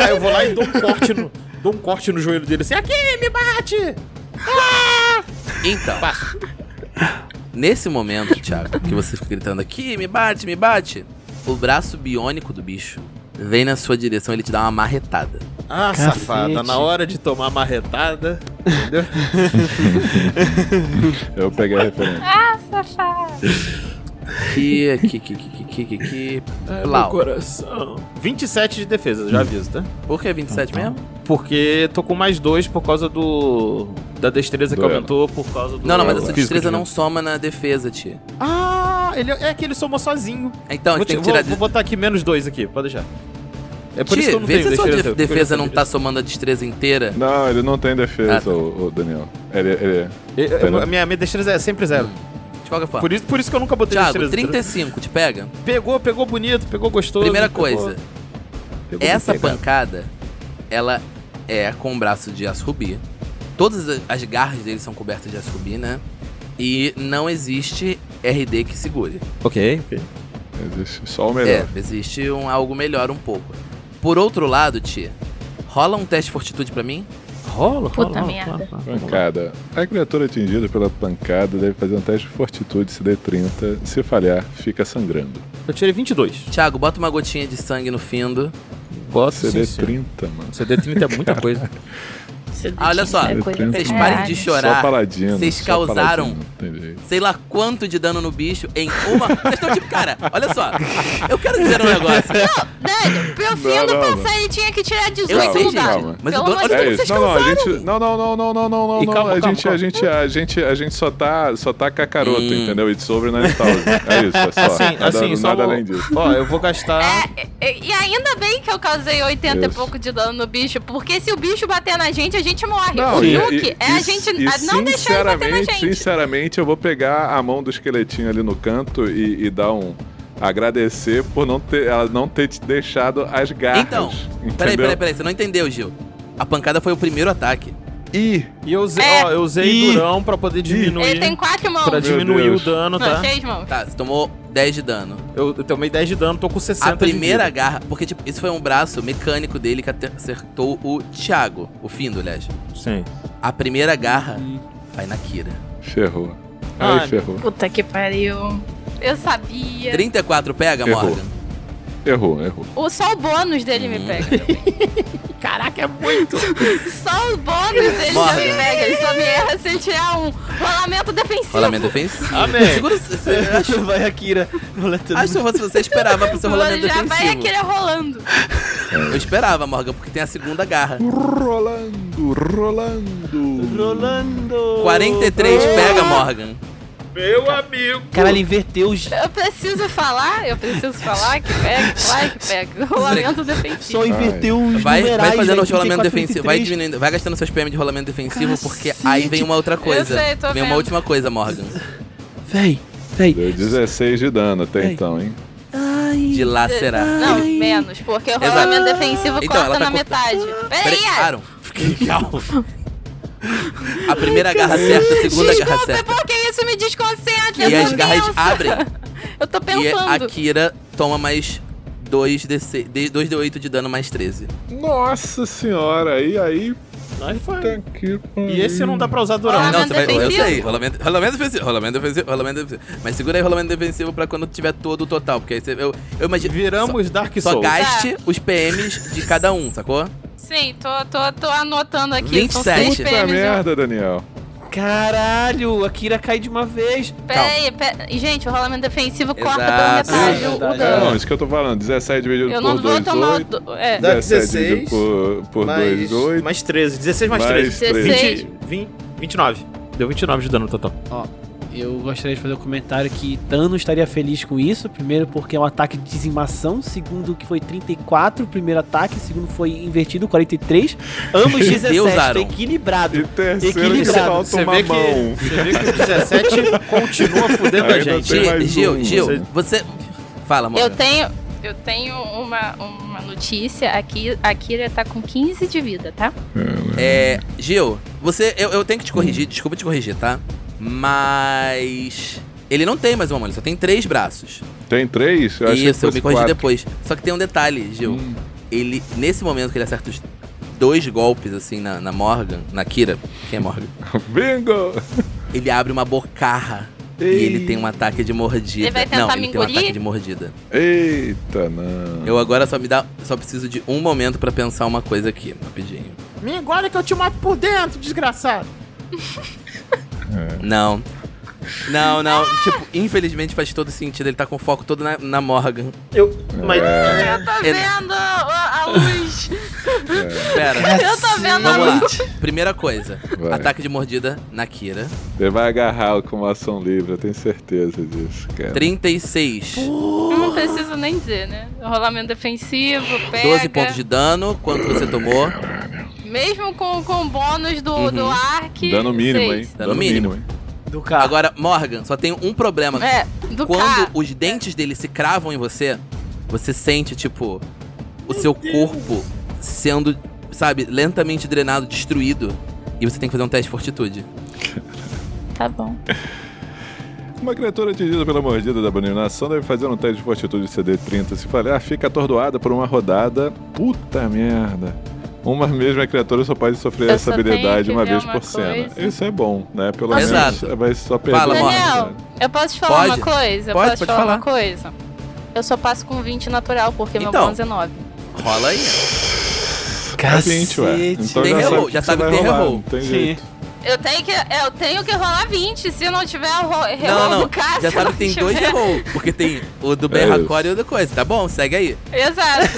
S4: Aí eu vou lá e dou um corte no, dou um corte no joelho dele assim, aqui, me bate!
S1: Então. Nesse momento, Thiago, que você fica gritando aqui, me bate, me bate. O braço biônico do bicho vem na sua direção, ele te dá uma marretada.
S4: Ah,
S5: Cacete.
S4: safada, na hora de tomar a marretada, entendeu?
S2: Eu peguei a referência.
S1: [laughs] Aqui, aqui, aqui, aqui, aqui, aqui, aqui.
S4: Meu
S1: Lau.
S4: coração. 27 de defesa, já aviso, tá?
S1: Por que 27 mesmo?
S4: Porque tô com mais dois por causa do. Da destreza que
S2: Duelo.
S4: aumentou, por causa do.
S1: Não, não, mas
S2: Lau,
S1: essa
S2: é.
S1: destreza não soma na defesa, tia.
S4: Ah, ele, é que ele somou sozinho.
S1: Então, a
S4: vou,
S1: gente tem
S4: te-
S1: que tirar.
S4: vou- vou botar aqui menos dois aqui, pode deixar. É por isso que
S1: Tia,
S4: eu não
S1: vê
S4: tenho
S1: se a sua
S4: destreza.
S1: de- defesa não tá somando a destreza inteira.
S2: Não, ele não tem
S1: Ah, tá.
S2: defesa, o, o Daniel. Ele, ele...
S4: Eu- eu- a minha, minha destreza é sempre zero.
S1: De qualquer forma.
S4: Por isso, por isso que eu nunca botei
S1: Thiago,
S4: destreza.
S1: 35, te pega?
S4: Pegou, pegou bonito, pegou gostoso.
S1: Primeira
S4: pegou-
S1: coisa,
S2: é
S4: pegou
S1: essa
S4: bem pegado.
S1: pancada, ela é com o braço de aço rubi. Todas a- as garras dele são cobertas de aço rubi, né? E não existe RD que segure.
S4: Ok, ok.
S2: Existe só o
S1: É,
S2: melhor.
S1: existe um, algo melhor um pouco. Por outro lado, tia, rola um teste de fortitude pra mim?
S4: Rola, rola.
S7: Puta
S4: rola,
S7: merda.
S4: rola, rola.
S2: Pancada. A criatura atingida pela pancada deve fazer um teste de fortitude CD30. Se falhar, fica sangrando.
S4: Eu tirei 22.
S1: Thiago, bota uma gotinha de sangue no findo.
S4: Bota
S2: CD30, mano.
S4: CD30
S2: [laughs]
S4: é muita coisa.
S1: Ah, olha só,
S7: É coisa pra
S1: vocês
S7: caralho.
S1: parem de
S2: Só
S1: chorar.
S2: paladino.
S1: Vocês
S2: só
S1: causaram-
S2: paladino, entendi.
S1: sei lá quanto de dano no bicho em uma. Vocês estão tipo, cara, olha só. Eu quero dizer um negócio.
S7: Velho, pro Findo
S2: não, não.
S7: passar, ele tinha que tirar 18
S1: Eu sei,
S7: no
S1: gente.
S7: dado.
S2: calma.
S1: Mas o
S7: Pelo
S1: dono.
S7: amor de
S1: Olha
S2: É
S1: como
S2: isso.
S1: vocês
S2: Não, não, a
S1: causaram.
S2: gente, não, não, não, não, não, não, não,
S4: E
S2: não.
S4: calma,
S2: a,
S4: calma,
S2: gente,
S4: calma.
S2: a gente, a gente, a gente só tá, só tá cacaroto,
S1: Hum.
S2: entendeu? It's over 9000. É isso, é só.
S4: Assim,
S2: nada,
S4: assim, só
S2: nada
S4: vou-
S2: além disso.
S4: Ó, eu vou gastar.
S10: É.
S7: E e ainda bem que eu causei 80
S2: Isso.
S7: e pouco de dano no bicho, porque se o bicho bater na gente, a gente morre.
S2: Não,
S7: o
S2: e-
S7: Yuki
S2: e-
S7: é a
S2: e-
S7: gente
S2: e
S7: a não deixar ele bater na
S2: sinceramente-
S7: gente.
S2: Sinceramente, eu vou pegar a mão do esqueletinho ali no canto e, e dar um. Agradecer por não ter, ela não ter te deixado as garras.
S1: Então,
S2: entendeu?
S1: Peraí, peraí, peraí, você não entendeu, Gil. A pancada foi o primeiro ataque.
S2: E
S4: E eu usei,
S10: É.
S4: ó, eu usei
S2: Ih.
S4: durão pra poder diminuir.
S10: Ele tem quatro mãos.
S4: é Pra
S2: Meu
S4: diminuir
S2: Deus.
S4: o dano,
S10: Não,
S4: tá?
S10: seis mãos.
S1: Tá, você tomou 10 de dano.
S4: Eu, eu tomei 10 de dano, tô com 60
S1: a primeira
S4: de vida.
S1: garra, porque tipo, esse foi um braço mecânico dele que ate- acertou o Thiago, o fim do aliás.
S4: Sim.
S1: A primeira garra
S2: Hum.
S1: vai na Kira.
S2: ferrou.
S4: Ah,
S2: Aí ferrou.
S3: Puta que pariu.
S10: Eu sabia.
S1: 34 pega,
S2: Errou.
S1: Morgan?
S2: Errou, errou.
S3: O, só o bônus dele me
S1: Hum.
S3: pega.
S4: Caraca, é muito!
S3: [laughs] Só o bônus dele já me
S1: Morre.
S3: pega. Ele só me erra se ele tirar um rolamento defensivo.
S1: Rolamento
S2: [laughs]
S1: defensivo.
S4: Amém.
S1: Segura, eu acho,
S11: Vai, Akira. Roleta do-
S1: acho que fosse você esperava pro seu rolamento
S3: já vai
S1: defensivo.
S3: aquele rolando.
S1: Eu esperava, Morgan, porque tem a segunda garra.
S2: Rolando, rolando.
S11: Rolando.
S1: 43 pega, Morgan.
S4: Meu amigo!
S11: Cara, ele inverteu os.
S3: Eu preciso falar, eu preciso falar que pega, claro que pega. Rolamento defensivo.
S11: Só inverteu os
S1: Vai,
S11: numerais,
S1: vai fazendo
S11: velho,
S1: os rolamento
S11: 34,
S1: defensivo, vai
S11: 33.
S1: diminuindo, vai gastando seus PM de rolamento defensivo, porque aí vem uma outra coisa.
S3: sei, tô
S1: vem
S3: vendo.
S1: uma última coisa, Morgan.
S11: Véi, véi.
S2: Deu 16 de dano até
S11: Ei.
S2: então, hein?
S1: De lacerar.
S3: Não,
S1: Ele-
S3: menos, porque o
S1: Ah, Exato.
S3: rolamento defensivo
S1: Então, ela
S3: corta
S1: tá
S3: na
S1: cortando.
S3: metade.
S1: Peraí,
S3: Peraí, Aaron.
S1: Aaron. A primeira garra certa, a segunda garra
S3: Desculpa,
S1: certa.
S3: porque isso me desconcentra.
S1: E
S3: eu
S1: as
S3: não
S1: garras
S3: penso.
S1: abrem.
S3: [laughs] Eu tô
S1: E é a
S3: pensando.
S1: Kira toma mais 2 de 8 de dano, mais 13.
S2: Nossa senhora, e aí?
S4: Aí foi.
S2: Tá aqui,
S4: E esse não dá pra usar durão.
S3: Ah,
S1: Não,
S3: Rolamento
S1: você vai. Eu
S3: defensivo?
S1: sei, rolamento, rolamento defensivo, rolamento defensivo, rolamento defensivo. Mas segura aí o rolamento defensivo pra quando tiver todo o total, porque aí você. Eu, eu imagino.
S4: Viramos Dark
S1: Só, só
S4: Souls.
S1: gaste
S3: Tá.
S1: os PMs de cada um, sacou?
S10: Sim, tô, tô, tô anotando aqui. São
S1: 27.
S10: seis
S1: Puta
S2: Puta
S10: PMs.
S2: merda, Daniel.
S11: Caralho, a Kira cai de uma vez.
S3: Peraí, peraí. Gente, o rolamento defensivo corta pela
S1: Exato.
S3: metade
S11: Ah,
S3: o- o
S11: verdade.
S3: dano.
S2: É, Não, isso que eu tô falando. 17 dividido
S3: Eu
S2: por
S3: não vou
S2: 2,
S3: tomar.
S2: 8.
S3: Do... É.
S4: Dá
S2: 17
S4: 16,
S2: por, por 2,
S4: mais,
S2: 8.
S4: mais 13. 16 mais,
S2: Mais
S4: 13.
S3: 16.
S4: 20, 20, 29. Deu 29 de dano total.
S6: Eu gostaria de fazer um comentário que Thanos estaria feliz com isso. Primeiro, porque é um ataque de dizimação. Segundo, que foi 34 o primeiro ataque. Segundo, foi invertido, 43. Ambos 17, tá
S1: Aaron.
S6: equilibrado.
S2: E terceiro que
S6: Equilibrado.
S2: falta
S4: Você
S2: uma
S4: vê que-
S2: mão.
S4: Você vê que o 17 [laughs] continua fudendo a
S2: Ainda
S4: gente.
S2: Tem
S1: Gil,
S2: mais
S1: Gil,
S2: um.
S1: Gil, você. Fala,
S3: Eu
S1: Morgan.
S3: tenho, eu tenho uma, uma notícia aqui. A Kira tá com 15 de vida, tá?
S1: É. Gil, você. Eu, eu tenho que te corrigir, desculpa te corrigir, tá? Mas. Ele não tem mais uma mão, ele só tem três braços.
S2: Tem 3? Eu acho que
S1: Isso, eu
S2: fosse
S1: me corrigi
S2: quatro. Hum.
S1: depois. Só que tem um detalhe, Gil. Ele, nesse momento que ele acerta os dois golpes, assim, na, na Morgan, na Kira, quem é Morgan?
S2: Bingo!
S1: Ele abre uma bocarra e ele tem um ataque de mordida.
S3: Ele vai tentar
S1: não, ele
S3: me
S1: tem um
S3: engolir?
S1: ataque de mordida.
S2: Eita, não.
S1: Eu agora só me dá. Só preciso de um momento pra pensar uma coisa aqui, rapidinho.
S4: Me engole que eu te mato por dentro, desgraçado.
S1: Não. Não, não. Tipo, infelizmente faz todo sentido. Ele tá com foco todo na, na Morgan.
S4: Eu. Mas.
S2: É.
S4: é.
S3: Eu tô
S1: Ele-
S3: vendo a, a luz.
S1: Pera.
S3: eu tô vendo é a
S1: Vamos lá.
S3: luz.
S1: Primeira coisa.
S2: Vai.
S1: Ataque de mordida na Kira.
S2: Você vai agarrar com uma ação livre, eu tenho certeza disso, cara.
S1: 36.
S3: Eu não preciso nem dizer, né? O rolamento defensivo, pega.
S1: 12 pontos de dano. Quanto você tomou?
S3: Mesmo com com o bônus do,
S1: Uhum.
S3: do Ark.
S2: Dano mínimo,
S3: seis.
S2: hein?
S1: Dano mínimo.
S2: hein?
S6: Do
S3: Tá.
S6: cara.
S1: Agora, Morgan, só tem um problema.
S3: É, do
S1: Quando
S3: K.
S1: os dentes dele se cravam em você, você sente, tipo, o seu corpo sendo, sabe, lentamente drenado, destruído. E você tem que fazer um teste de fortitude.
S3: Tá bom.
S2: Uma criatura atingida pela mordida da abominação deve fazer um teste de fortitude de CD30. Se falhar, fica atordoada por uma rodada. Puta merda. Uma mesma criatura só pode sofrer
S3: Eu
S2: essa
S3: só tenho
S2: habilidade
S3: que
S2: uma
S3: ver
S2: vez
S3: uma
S2: por cena.
S3: coisa.
S2: Isso é bom, né? Pelo
S1: Exato.
S2: menos vai só perder.
S1: Fala,
S2: uma
S3: Daniel.
S2: rodada.
S3: Eu posso te falar
S1: Pode?
S3: uma coisa? Eu
S1: Pode,
S3: posso
S1: pode
S3: te falar,
S1: falar.
S3: uma coisa? Eu só passo com 20 natural, porque meu
S1: Então.
S3: bônus é 9.
S1: Rola aí.
S2: É 20, ué. Então
S1: Tem reroll,
S2: o
S1: já
S2: você
S1: sabe
S2: vai
S1: que tem
S2: rolar,
S1: reroll.
S2: não tem
S11: Sim.
S2: jeito.
S3: Eu tenho que, eu tenho que rolar 20, se não tiver É o ro-
S1: não,
S3: rolo
S1: não,
S3: do cara.
S1: Já
S3: se
S1: sabe
S3: não
S1: que tem
S3: tiver-
S1: dois erros. Porque tem o do
S2: É
S1: Ben
S2: isso.
S1: Hacor e o da coisa. Tá bom? Segue aí.
S3: [laughs] Exato.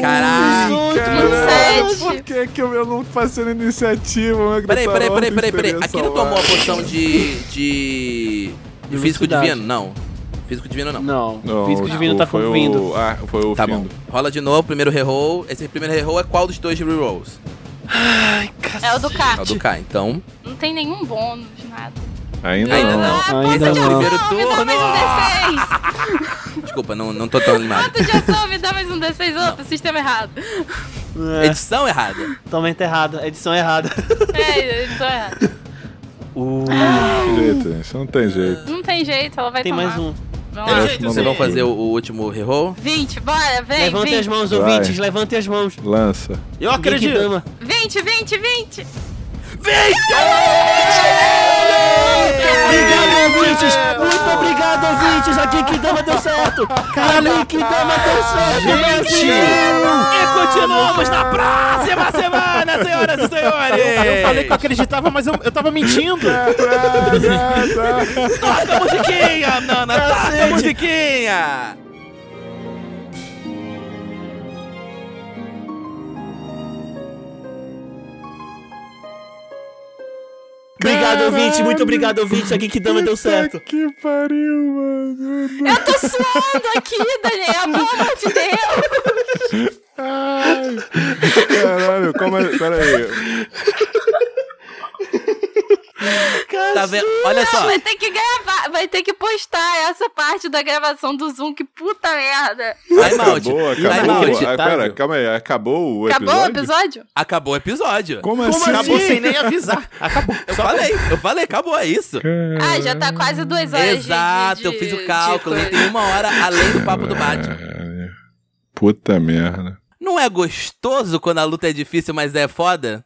S1: Caralho.
S2: Caralho,
S3: sete.
S2: por que, que eu eu não passei na iniciativa? uma
S1: Peraí,
S2: criatura
S1: peraí, peraí,
S2: ordem
S1: peraí, peraí.
S2: interessa
S1: Aqui não
S2: lá.
S1: tomou a poção de. de. de físico
S6: Velocidade.
S1: divino? Não. Físico divino não.
S6: Não,
S2: Não,
S6: o físico divino
S2: o-
S6: tá
S2: foi
S6: convindo.
S2: O, ah, foi o
S1: Tá
S2: Findo.
S1: bom. Rola de novo, primeiro reroll. Esse primeiro reroll é qual dos dois rerolls?
S3: É o do
S1: É
S3: K.
S1: o do K, então.
S3: Não tem nenhum bônus, nada. Ah,
S2: Ainda,
S1: Ainda
S2: não.
S1: não.
S6: Ainda
S1: Esse é o
S6: não.
S1: primeiro
S3: me dá mais
S1: turno.
S3: um D6. Ah,
S1: Desculpa, não, não tô tão animado.
S3: [laughs] Quanto de ação? Me dá mais um D6. Opa, sistema tá errado.
S6: É,
S1: Edição errada.
S6: totalmente errada. Edição errada.
S3: É, então é.
S2: Jeito, isso não tem jeito.
S3: Não tem jeito, ela vai
S6: Tem
S3: tomar.
S6: mais um.
S4: É,
S3: Vamos lá.
S4: assim,
S2: Não
S1: Vocês vão
S2: tem
S1: fazer o, o último reroll?
S3: 20, bora, vem,
S6: Levantem as
S3: 20.
S6: mãos,
S2: Vai.
S6: ouvintes. Levantem as mãos.
S2: jeito. Lança.
S4: Eu acredito.
S6: Genkidama.
S3: 20, 20, 20.
S6: Obrigado, ouvintes. Muito obrigado, ouvintes. A Genkidama deu certo. A Genkidama deu certo.
S1: E continuamos
S6: Ah,
S1: na próxima semana, senhoras e senhores!
S4: Eu falei que eu acreditava, mas eu, eu tava mentindo.
S1: Toca a musiquinha, Nana! Toca a musiquinha!
S6: Obrigado, ouvinte. Muito obrigado, ouvinte. A Genkidama deu certo.
S2: Que pariu, mano.
S3: Eu tô suando aqui, Daniel, pelo amor de Deus.
S2: Ai. Caralho, como é. Peraí.
S1: Tá vendo? Olha só.
S3: Vai ter que gravar, vai ter que postar essa parte da gravação do Zoom, que puta merda.
S1: Time out.
S2: Acabou,
S1: Time
S2: acabou.
S1: out.
S2: Ah, pera, calma aí. Acabou o episódio?
S3: Acabou o episódio?
S1: Acabou o episódio.
S2: Como,
S4: Como
S2: assim?
S4: acabou sem nem avisar. Acabou.
S1: Eu falei, eu falei, acabou, é isso.
S3: Ah, já tá quase duas horas de-
S1: Exato,
S3: de,
S1: eu fiz o
S3: de
S1: cálculo.
S3: coisa.
S1: Tem uma hora além do papo do Batman.
S2: Caralho. Puta merda.
S1: Não é gostoso quando a luta é difícil, mas é foda?